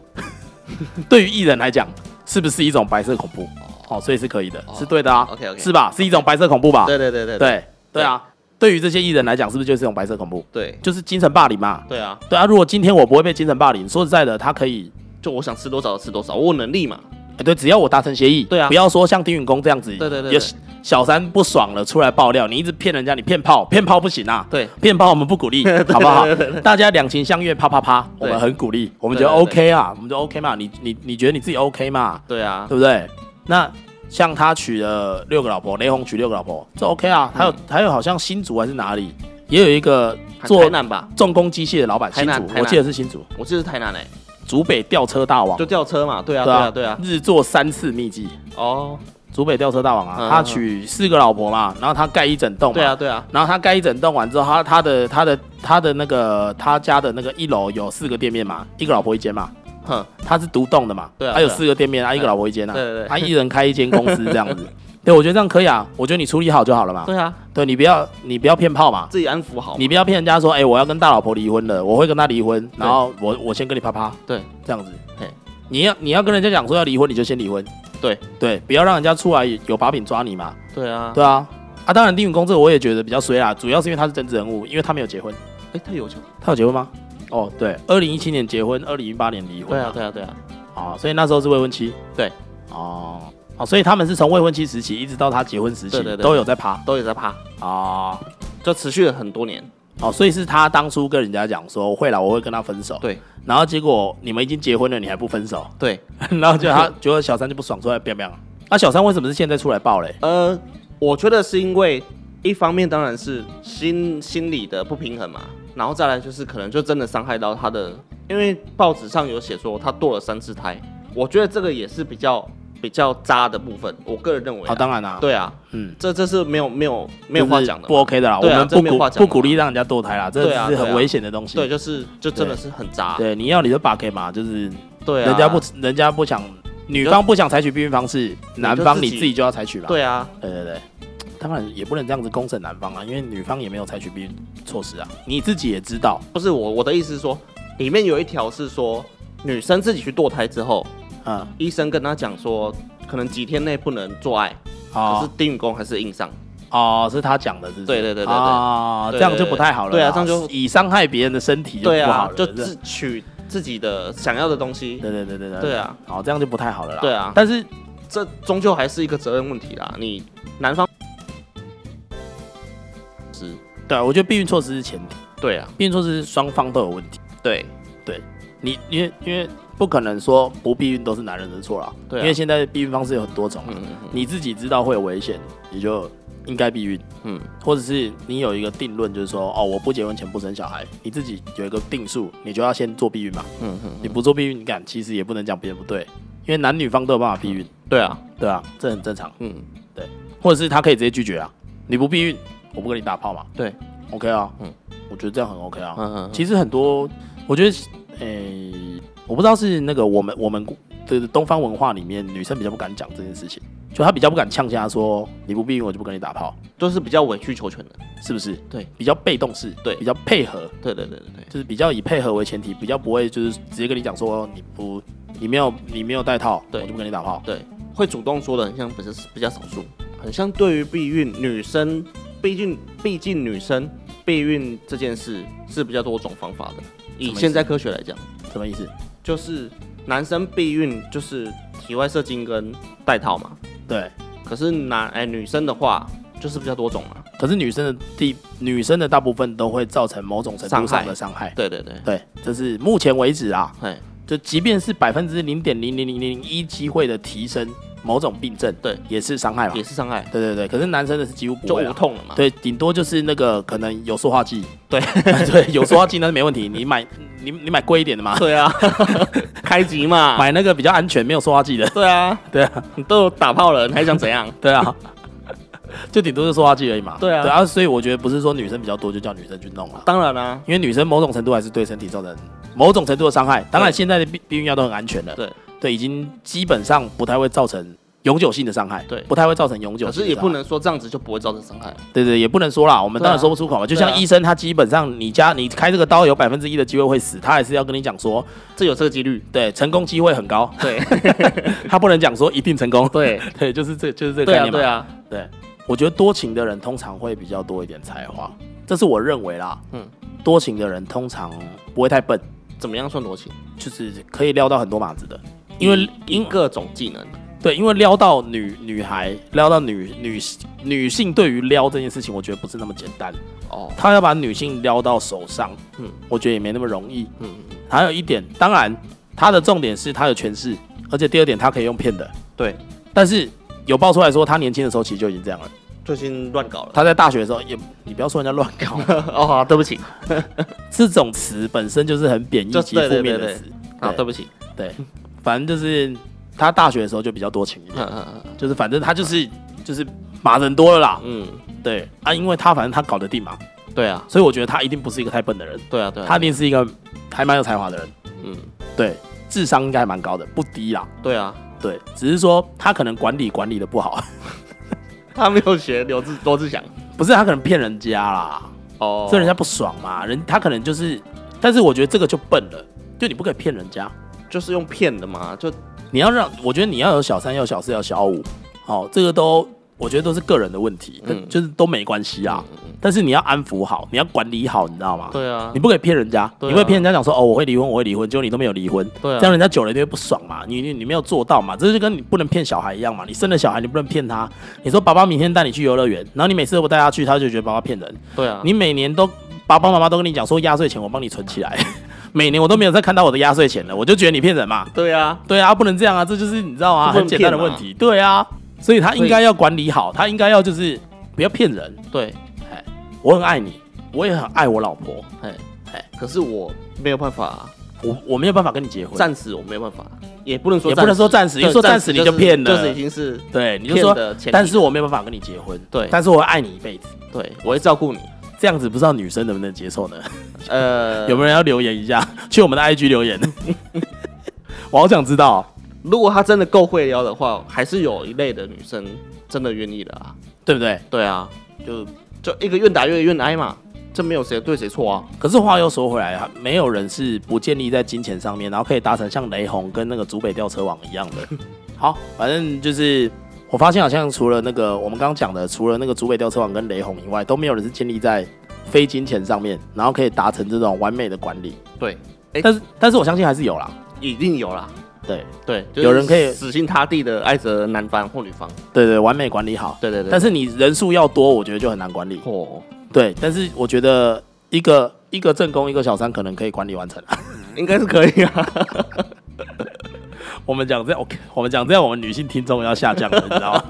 Speaker 1: 对于艺人来讲，是不是一种白色恐怖？哦，所以是可以的，
Speaker 2: 哦
Speaker 1: 是对的啊
Speaker 2: OK，OK
Speaker 1: 是吧？是一种白色恐怖吧？
Speaker 2: 对对对对对
Speaker 1: 对对啊，对于这些艺人来讲，是不是就是一种白色恐怖？
Speaker 2: 对啊
Speaker 1: 就是精神霸凌嘛。
Speaker 2: 对啊，
Speaker 1: 对啊，如果今天我不会被精神霸凌，说实在的，他可以，
Speaker 2: 就我想吃多少吃多少，我有能力嘛。
Speaker 1: 哎对，只要我达成协议，
Speaker 2: 对啊
Speaker 1: 不要说像丁允恭这样子，
Speaker 2: 对对对
Speaker 1: 有
Speaker 2: 对
Speaker 1: 小三不爽了出来爆料，你一直骗人家，你骗炮，骗炮不行啊，
Speaker 2: 对
Speaker 1: 骗炮我们不鼓 励，好不好？大家两情相悦，啪啪啪，我
Speaker 2: 对
Speaker 1: 们很鼓励，我们觉得
Speaker 2: 对对
Speaker 1: OK 啊，我们就 OK 嘛，你你你觉得你自己 OK 嘛，
Speaker 2: 对啊，
Speaker 1: 对不对？那像他娶了六个老婆，雷洪娶六个老婆，这 OK
Speaker 2: 嗯
Speaker 1: 啊。还有、还有，好像新竹还是哪里，也有一个
Speaker 2: 台
Speaker 1: 做
Speaker 2: 南吧，
Speaker 1: 重工机械的老板，
Speaker 2: 台
Speaker 1: 新
Speaker 2: 南
Speaker 1: 竹
Speaker 2: 台，南
Speaker 1: 我记得是新竹，
Speaker 2: 我记得是台南哎，
Speaker 1: 竹北吊车大王，
Speaker 2: 就吊车嘛。对啊
Speaker 1: 对
Speaker 2: 对
Speaker 1: 啊
Speaker 2: 啊对啊，
Speaker 1: 日做三次秘籍，
Speaker 2: 哦，
Speaker 1: 竹北吊车大王啊，
Speaker 2: 嗯
Speaker 1: 他
Speaker 2: 嗯嗯
Speaker 1: 娶四个老婆嘛，然后他盖一整栋嘛，
Speaker 2: 对啊对啊，
Speaker 1: 然后他盖一整栋完之后，他他的他的他的那个他家的那个一楼有四个店面嘛，一个老婆一间嘛，
Speaker 2: 哼，
Speaker 1: 他是独栋的嘛，
Speaker 2: 对啊
Speaker 1: 他有
Speaker 2: 对啊
Speaker 1: 四个店面，啊，一个老婆一间啊，
Speaker 2: 对对对
Speaker 1: 他一人开一间公司这样 子，对我觉得这样可以啊，我觉得你处理好就好了嘛，
Speaker 2: 对啊，
Speaker 1: 对你不要你不要骗炮嘛，
Speaker 2: 自己安抚好嘛。
Speaker 1: 你不要骗人家说，哎、我要跟大老婆离婚了，我会跟她离婚，然后我我先跟你啪啪，
Speaker 2: 对，
Speaker 1: 这样子
Speaker 2: 嘿，
Speaker 1: 你要你要跟人家讲说要离婚，你就先离婚，
Speaker 2: 对
Speaker 1: 对，不要让人家出来有把柄抓你嘛，
Speaker 2: 对啊，
Speaker 1: 对啊，啊，当然丁允恭这个我也觉得比较衰啦，主要是因为他是政治人物，因为他没有结婚。
Speaker 2: 哎，他有钱。
Speaker 1: 他有结婚吗？哦，对，二零一七年结婚，二零一八年离婚。
Speaker 2: 对啊对啊对啊，
Speaker 1: 啊，所以那时候是未婚妻。
Speaker 2: 对，
Speaker 1: 哦，哦，所以他们是从未婚妻时期一直到他结婚时期
Speaker 2: 对对对
Speaker 1: 都有在爬
Speaker 2: 都有在趴，
Speaker 1: 啊。
Speaker 2: 就持续了很多年。
Speaker 1: 哦，所以是他当初跟人家讲说我会了，我会跟他分手。
Speaker 2: 对，
Speaker 1: 然后结果你们已经结婚了，你还不分手，
Speaker 2: 对，
Speaker 1: 然后就 他结果小三就不爽，出来彪彪。那、小三为什么是现在出来爆嘞？
Speaker 2: 呃，我觉得是因为一方面当然是心心理的不平衡嘛，然后再来就是可能就真的伤害到他的，因为报纸上有写说他堕了三次胎，我觉得这个也是比较比较渣的部分，我个人认为
Speaker 1: 好、
Speaker 2: 啊、
Speaker 1: 哦当然啦、
Speaker 2: 对啊，
Speaker 1: 嗯，
Speaker 2: 这这是没有没有没有话讲的
Speaker 1: 不
Speaker 2: 嘛，
Speaker 1: OK 的啦，我
Speaker 2: 对啊
Speaker 1: 们
Speaker 2: 这
Speaker 1: 不
Speaker 2: 没有
Speaker 1: 鼓
Speaker 2: 话讲
Speaker 1: 不
Speaker 2: 嘛
Speaker 1: 鼓励让人家堕胎啦，这
Speaker 2: 对啊
Speaker 1: 是
Speaker 2: 对
Speaker 1: 很
Speaker 2: 啊
Speaker 1: 危险的东西。
Speaker 2: 对，就是就真的是很渣，
Speaker 1: 对，你要你就把给嘛，就是
Speaker 2: 对啊，
Speaker 1: 人家不，人家不想，女方不想采取避孕方式，
Speaker 2: 就
Speaker 1: 男方
Speaker 2: 自
Speaker 1: 你
Speaker 2: 己
Speaker 1: 自己就要采取吧。
Speaker 2: 对啊，
Speaker 1: 对对对，当然也不能这样子公审男方啊，因为女方也没有采取避孕措施啊，你自己也知道，
Speaker 2: 不是我我的意思是说，里面有一条是说女生自己去堕胎之后，
Speaker 1: 嗯，
Speaker 2: 医生跟她讲说可能几天内不能做爱。可
Speaker 1: 哦
Speaker 2: 是丁允恭还是硬上，
Speaker 1: 哦，是他讲的，是不是？
Speaker 2: 对对对对对
Speaker 1: 哦，这
Speaker 2: 对对
Speaker 1: 样就不太好了啦，
Speaker 2: 对啊这样就
Speaker 1: 以伤害别人的身体就
Speaker 2: 对
Speaker 1: 不好
Speaker 2: 啊
Speaker 1: 了，，
Speaker 2: 就
Speaker 1: 对
Speaker 2: 自取自己的想要的东西，
Speaker 1: 对对对对
Speaker 2: 对，啊，
Speaker 1: 好，这样就不太好了啦，
Speaker 2: 对啊
Speaker 1: 但是
Speaker 2: 这终究还是一个责任问题啦。你男方是，
Speaker 1: 对啊，我觉得避孕措施是前提，
Speaker 2: 对啊，
Speaker 1: 避孕措施是双方都有问题，
Speaker 2: 对
Speaker 1: 你因为因为不可能说不避孕都是男人的错啦，
Speaker 2: 对啊
Speaker 1: 因为现在避孕方式有很多种啊，
Speaker 2: 嗯
Speaker 1: 你自己知道会有危险，你就应该避孕，
Speaker 2: 嗯，
Speaker 1: 或者是你有一个定论，就是说哦，我不结婚前不生小孩，你自己有一个定数，你就要先做避孕嘛。
Speaker 2: 嗯嗯，
Speaker 1: 你不做避孕，你敢其实也不能讲别人不对，因为男女方都有办法避孕，
Speaker 2: 对啊，
Speaker 1: 对啊，这很正常。
Speaker 2: 嗯，
Speaker 1: 或者是他可以直接拒绝啊，你不避孕，我不跟你打炮嘛。
Speaker 2: 对
Speaker 1: ，OK 啊，嗯
Speaker 2: 嗯，
Speaker 1: 我觉得这样很 OK 啊。
Speaker 2: 嗯嗯，
Speaker 1: 其实很多，我觉得，诶、我不知道是那个我们我们的东方文化里面，女生比较不敢讲这件事情，就她比较不敢呛下说你不避孕我就不跟你打炮，
Speaker 2: 嗯就是比较委曲求全的，
Speaker 1: 是不是？
Speaker 2: 对，
Speaker 1: 比较被动式，
Speaker 2: 对
Speaker 1: 比较配合，
Speaker 2: 对对对对对，
Speaker 1: 就是比较以配合为前提，比较不会就是直接跟你讲说你不你没有你没有带套，
Speaker 2: 对
Speaker 1: 我就不跟你打炮。
Speaker 2: 对，会主动说的很像，不是比较少数，很像对于避孕女生毕竟毕竟女生避孕这件事是比较多种方法的。
Speaker 1: 什
Speaker 2: 以
Speaker 1: 么意
Speaker 2: 现在
Speaker 1: 思
Speaker 2: 科学来讲，
Speaker 1: 什么意思？
Speaker 2: 就是男生避孕就是体外射精跟戴套嘛，
Speaker 1: 对，
Speaker 2: 可是男哎、女生的话就是比较多种嘛。
Speaker 1: 可是女生的第女生的大部分都会造成某种程度上的伤害。
Speaker 2: 对对对，
Speaker 1: 对，这是目前为止啊，
Speaker 2: 哎
Speaker 1: 就即便是百分之零点零零零零一机会的提升某种病症，
Speaker 2: 对，
Speaker 1: 也是伤害嘛
Speaker 2: 也。是伤害，
Speaker 1: 对对对，可是男生的是几乎啊不
Speaker 2: 就
Speaker 1: 会
Speaker 2: 无
Speaker 1: 啊。
Speaker 2: 痛了嘛。
Speaker 1: 对，顶多就是那个可能有塑化剂，
Speaker 2: 对
Speaker 1: 对，有塑化剂那是没问题， 你买你你买贵一点的嘛，
Speaker 2: 对啊，开机嘛。
Speaker 1: 买那个比较安全没有塑化剂的，
Speaker 2: 对啊，
Speaker 1: 对啊，
Speaker 2: 你都有打炮了，你还想怎样？
Speaker 1: 对 啊，就顶多是塑化剂而已嘛。
Speaker 2: 对啊
Speaker 1: 对啊，所以我觉得不是说女生比较多就叫女生去弄啊了，
Speaker 2: 当然啦、啊
Speaker 1: 因为女生某种程度还是对身体造成某种程度的伤害。当然，
Speaker 2: 对
Speaker 1: 现在的避避孕药都很安全了，
Speaker 2: 对
Speaker 1: 对，已经基本上不太会造成永久性的伤害，
Speaker 2: 对
Speaker 1: 不太会造成永久
Speaker 2: 可
Speaker 1: 性的伤害。
Speaker 2: 是也不能说这样子就不会造成伤害。
Speaker 1: 对对，也不能说啦，我们
Speaker 2: 对啊
Speaker 1: 当然说不出口嘛。就
Speaker 2: 对
Speaker 1: 像
Speaker 2: 啊
Speaker 1: 医生，他基本上你家你开这个刀有百分之一的机会会死，他还是要跟你讲说，
Speaker 2: 这有这个几率。
Speaker 1: 对，成功机会很高，
Speaker 2: 对
Speaker 1: 他不能讲说一定成功。
Speaker 2: 对
Speaker 1: 对，就是这就是这个
Speaker 2: 对
Speaker 1: 概
Speaker 2: 啊
Speaker 1: 念嘛。
Speaker 2: 对啊，
Speaker 1: 对，我觉得多情的人通常会比较多一点才华，这是我认为啦。嗯
Speaker 2: 嗯，
Speaker 1: 多情的人通常不会太笨，
Speaker 2: 怎么样算嗯多情？
Speaker 1: 就是可以撩到很多码子的，因为
Speaker 2: 一
Speaker 1: 因
Speaker 2: 各种技能，
Speaker 1: 对，因为撩到女女孩，撩到女女女性对于撩这件事情，我觉得不是那么简单。
Speaker 2: 哦，
Speaker 1: 他要把女性撩到手上，嗯
Speaker 2: 嗯，
Speaker 1: 我觉得也没那么容易。
Speaker 2: 嗯嗯，嗯
Speaker 1: 还有一点，当然他的重点是他有权势，而且第二点他可以用骗的，
Speaker 2: 对，
Speaker 1: 但是有爆出来说他年轻的时候其实就已经这样了。
Speaker 2: 最近乱搞了。
Speaker 1: 他在大学的时候也，你不要说人家乱搞，
Speaker 2: 哦，好对不起，
Speaker 1: 这种词本身就是很贬义
Speaker 2: 就
Speaker 1: 及负面
Speaker 2: 对对
Speaker 1: 的
Speaker 2: 对
Speaker 1: 词。
Speaker 2: 啊，
Speaker 1: 对
Speaker 2: 对不起，
Speaker 1: 对，反正就是他大学的时候就比较多情一点，
Speaker 2: 嗯嗯嗯
Speaker 1: 就是反正他就是就是马人多了啦。
Speaker 2: 嗯，
Speaker 1: 对啊，因为他反正他搞得定嘛，
Speaker 2: 对啊，
Speaker 1: 所以我觉得他一定不是一个太笨的人，
Speaker 2: 对啊，对啊，
Speaker 1: 他一定是一个还蛮有才华的人。
Speaker 2: 嗯，
Speaker 1: 对，智商应该还蛮高的，不低啦。
Speaker 2: 对啊，
Speaker 1: 对，只是说他可能管理管理的不好，
Speaker 2: 他没有学刘志罗志祥，
Speaker 1: 不是他可能骗人家啦。
Speaker 2: 哦，
Speaker 1: 所以人家不爽嘛，人他可能就是，但是我觉得这个就笨了，就你不可以骗人家，
Speaker 2: 就是用骗的嘛，就
Speaker 1: 你要让我觉得你要有小三，要有小四，要有小五，好、这个都我觉得都是个人的问题，跟
Speaker 2: 嗯
Speaker 1: 就是都没关系啊。但是你要安抚好，你要管理好，你知道吗？
Speaker 2: 对啊
Speaker 1: 你，不可以骗人家，
Speaker 2: 对啊
Speaker 1: 你会骗人家讲说哦我会离婚，我会离婚，结果你都没有离婚，
Speaker 2: 对
Speaker 1: 这样
Speaker 2: 啊，
Speaker 1: 人家久了就会不爽嘛。你你你没有做到嘛，这就跟你不能骗小孩一样嘛。你生了小孩，你不能骗他。你说爸爸明天带你去游乐园，然后你每次都不带他去，他就觉得爸爸骗人。
Speaker 2: 对啊，
Speaker 1: 你每年都爸爸妈妈都跟你讲说压岁钱我帮你存起来， 每年我都没有再看到我的压岁钱了，我就觉得你骗人嘛。
Speaker 2: 对啊，
Speaker 1: 对啊，不能这样啊，这就是你知道吗？
Speaker 2: 这不
Speaker 1: 很
Speaker 2: 能
Speaker 1: 简单的
Speaker 2: 骗嘛
Speaker 1: 问题。对啊，所以他应该要管理好，他应该要就是不要骗人。
Speaker 2: 对，
Speaker 1: 我很爱你，我也很爱我老婆，
Speaker 2: 哎哎，可是我没有办法，
Speaker 1: 我我没有办法跟你结婚，
Speaker 2: 暂时我没有办法，也不能说
Speaker 1: 也不能说暂时，
Speaker 2: 时，
Speaker 1: 因为
Speaker 2: 对
Speaker 1: 说暂时你
Speaker 2: 就
Speaker 1: 就是骗了，
Speaker 2: 就是已经是
Speaker 1: 对，你就
Speaker 2: 骗
Speaker 1: 说，
Speaker 2: 的前提，
Speaker 1: 但是我没有办法跟你结婚，
Speaker 2: 对
Speaker 1: 但是我会爱你一辈子，
Speaker 2: 对，我会照顾你，
Speaker 1: 这样子不知道女生能不能接受呢？
Speaker 2: 呃，
Speaker 1: 有没有人要留言一下？ 去我们的 IG 留言， 我好想知道哦，
Speaker 2: 如果他真的够会撩的话，还是有一类的女生真的愿意的啊。
Speaker 1: 对不对？
Speaker 2: 对啊，就就一个愿打越愿挨嘛，这没有谁对谁错啊。
Speaker 1: 可是话又说回来，没有人是不建立在金钱上面，然后可以达成像雷洪跟那个竹北吊车网一样 的。好，反正就是我发现好像除了那个我们刚刚讲的，除了那个竹北吊车网跟雷洪以外，都没有人是建立在非金钱上面，然后可以达成这种完美的管理。
Speaker 2: 对，哎
Speaker 1: 但是但是我相信还是有啦，
Speaker 2: 一定有啦。
Speaker 1: 对
Speaker 2: 对，就是
Speaker 1: 有人可以
Speaker 2: 死心塌地的爱着男方或女方。
Speaker 1: 对对，完美管理好。
Speaker 2: 对对对，
Speaker 1: 但是你人数要多，我觉得就很难管理。
Speaker 2: 哦，
Speaker 1: 对，但是我觉得一个一个正宫一个小三可能可以管理完成。
Speaker 2: 应该是可以啊。
Speaker 1: 我们讲这样，OK，我们讲这样，我们女性听众要下降了，你知 道吗？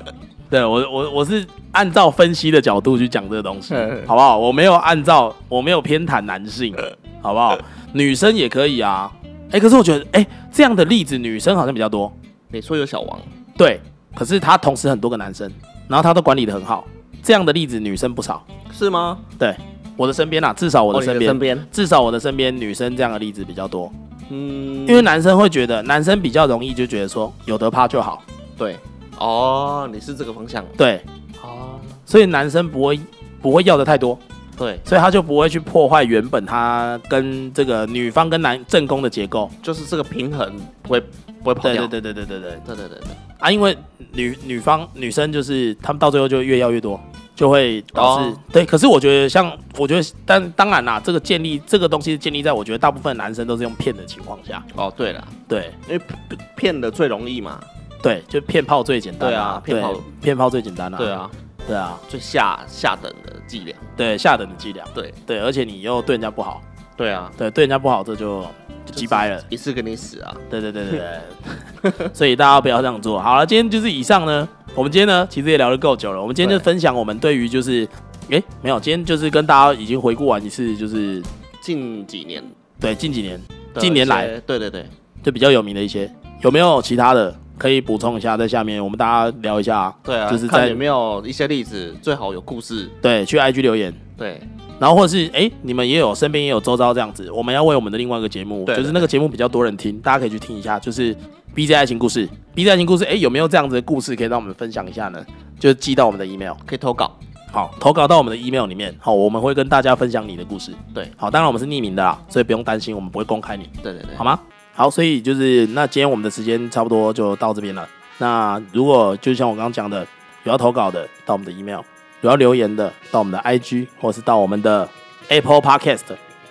Speaker 1: 对我，我我是按照分析的角度去讲这个 东西，
Speaker 2: 嗯
Speaker 1: 好不好？我没有按照，我没有偏袒男 性，好不好？女生也可以啊。哎、可是我觉得，哎、这样的例子女生好像比较多，
Speaker 2: 你说有小王，
Speaker 1: 对。可是她同时很多个男生，然后她都管理的很好，这样的例子女生不少。
Speaker 2: 是吗？
Speaker 1: 对，我的身边啊，至少我的
Speaker 2: 哦你
Speaker 1: 身边，
Speaker 2: 身边，
Speaker 1: 至少我的身边女生这样的例子比较多，
Speaker 2: 嗯，
Speaker 1: 因为男生会觉得，男生比较容易就觉得说有得趴就好，
Speaker 2: 对，哦，你是这个方向
Speaker 1: 对，
Speaker 2: 哦，
Speaker 1: 所以男生不会不会要的太多，
Speaker 2: 对，
Speaker 1: 所以他就不会去破坏原本他跟这个女方跟男正宫的结构。
Speaker 2: 就是这个平衡不会不会跑
Speaker 1: 对
Speaker 2: 掉。
Speaker 1: 对对对对对对
Speaker 2: 对对对对，
Speaker 1: 啊！因为女女方女生就是他们到最后就越要越多，就会导致、
Speaker 2: 哦
Speaker 1: 对。可是我觉得像，我觉得，但当然啦，这个建立这个东西是建立在我觉得大部分男生都是用骗的情况下，
Speaker 2: 哦，对了，
Speaker 1: 对
Speaker 2: 因为骗骗的最容易嘛，
Speaker 1: 对，就骗炮最简单
Speaker 2: 对啊骗炮
Speaker 1: 对骗炮最简单啦、
Speaker 2: 对，啊，
Speaker 1: 对啊，
Speaker 2: 最下下等的伎俩，
Speaker 1: 对下等的伎俩，
Speaker 2: 对
Speaker 1: 对，而且你又对人家不好，
Speaker 2: 对啊，
Speaker 1: 对对人家不好，这就就击败了。
Speaker 2: 一次给你死啊，
Speaker 1: 对对对对对，所以大家不要这样做。好了，今天就是以上呢，我们今天呢其实也聊得够久了，我们今天就
Speaker 2: 对
Speaker 1: 分享我们对于就是，诶，没有，今天就是跟大家已经回顾完一次，就是
Speaker 2: 近几年
Speaker 1: 对近几年
Speaker 2: 的
Speaker 1: 近年来
Speaker 2: 一些，对对对，
Speaker 1: 就比较有名的一些，有没有其他的可以补充一下？在下面我们大家聊一下，
Speaker 2: 对啊，
Speaker 1: 就是
Speaker 2: 看
Speaker 1: 在
Speaker 2: 有没有一些例子，最好有故事，
Speaker 1: 对去 IG 留言。
Speaker 2: 对
Speaker 1: 然后或者是诶，你们也有身边也有周遭这样子，我们要为我们的另外一个节目，
Speaker 2: 对
Speaker 1: 就是那个节目比较多人听，大家可以去听一下，就是《B J 爱情故事》。B J 爱情故事，诶，有没有这样子的故事可以让我们分享一下呢？就寄到我们的 email，
Speaker 2: 可以投稿，
Speaker 1: 好，投稿到我们的 email 里面，好，我们会跟大家分享你的故事。
Speaker 2: 对，
Speaker 1: 好，当然我们是匿名的啦，所以不用担心，我们不会公开你，
Speaker 2: 对对对，
Speaker 1: 好吗？好，所以就是那今天我们的时间差不多就到这边了。那如果就像我刚刚讲的，有要投稿的，到我们的 email；有要留言的，到我们的 IG，或是到我们的 Apple Podcast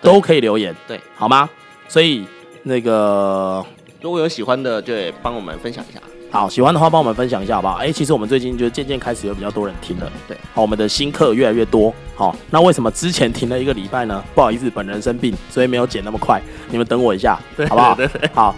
Speaker 1: 都可以留言，
Speaker 2: 对，
Speaker 1: 好吗？所以那个
Speaker 2: 如果有喜欢的，就也帮我们分享一下，
Speaker 1: 好，喜欢的话帮我们分享一下好不好？哎、其实我们最近就渐渐开始有比较多人听了，
Speaker 2: 对，
Speaker 1: 好，我们的新客越来越多。好，那为什么之前停了一个礼拜呢？不好意思，本人生病，所以没有剪那么快。你们等我一下，好不好？好，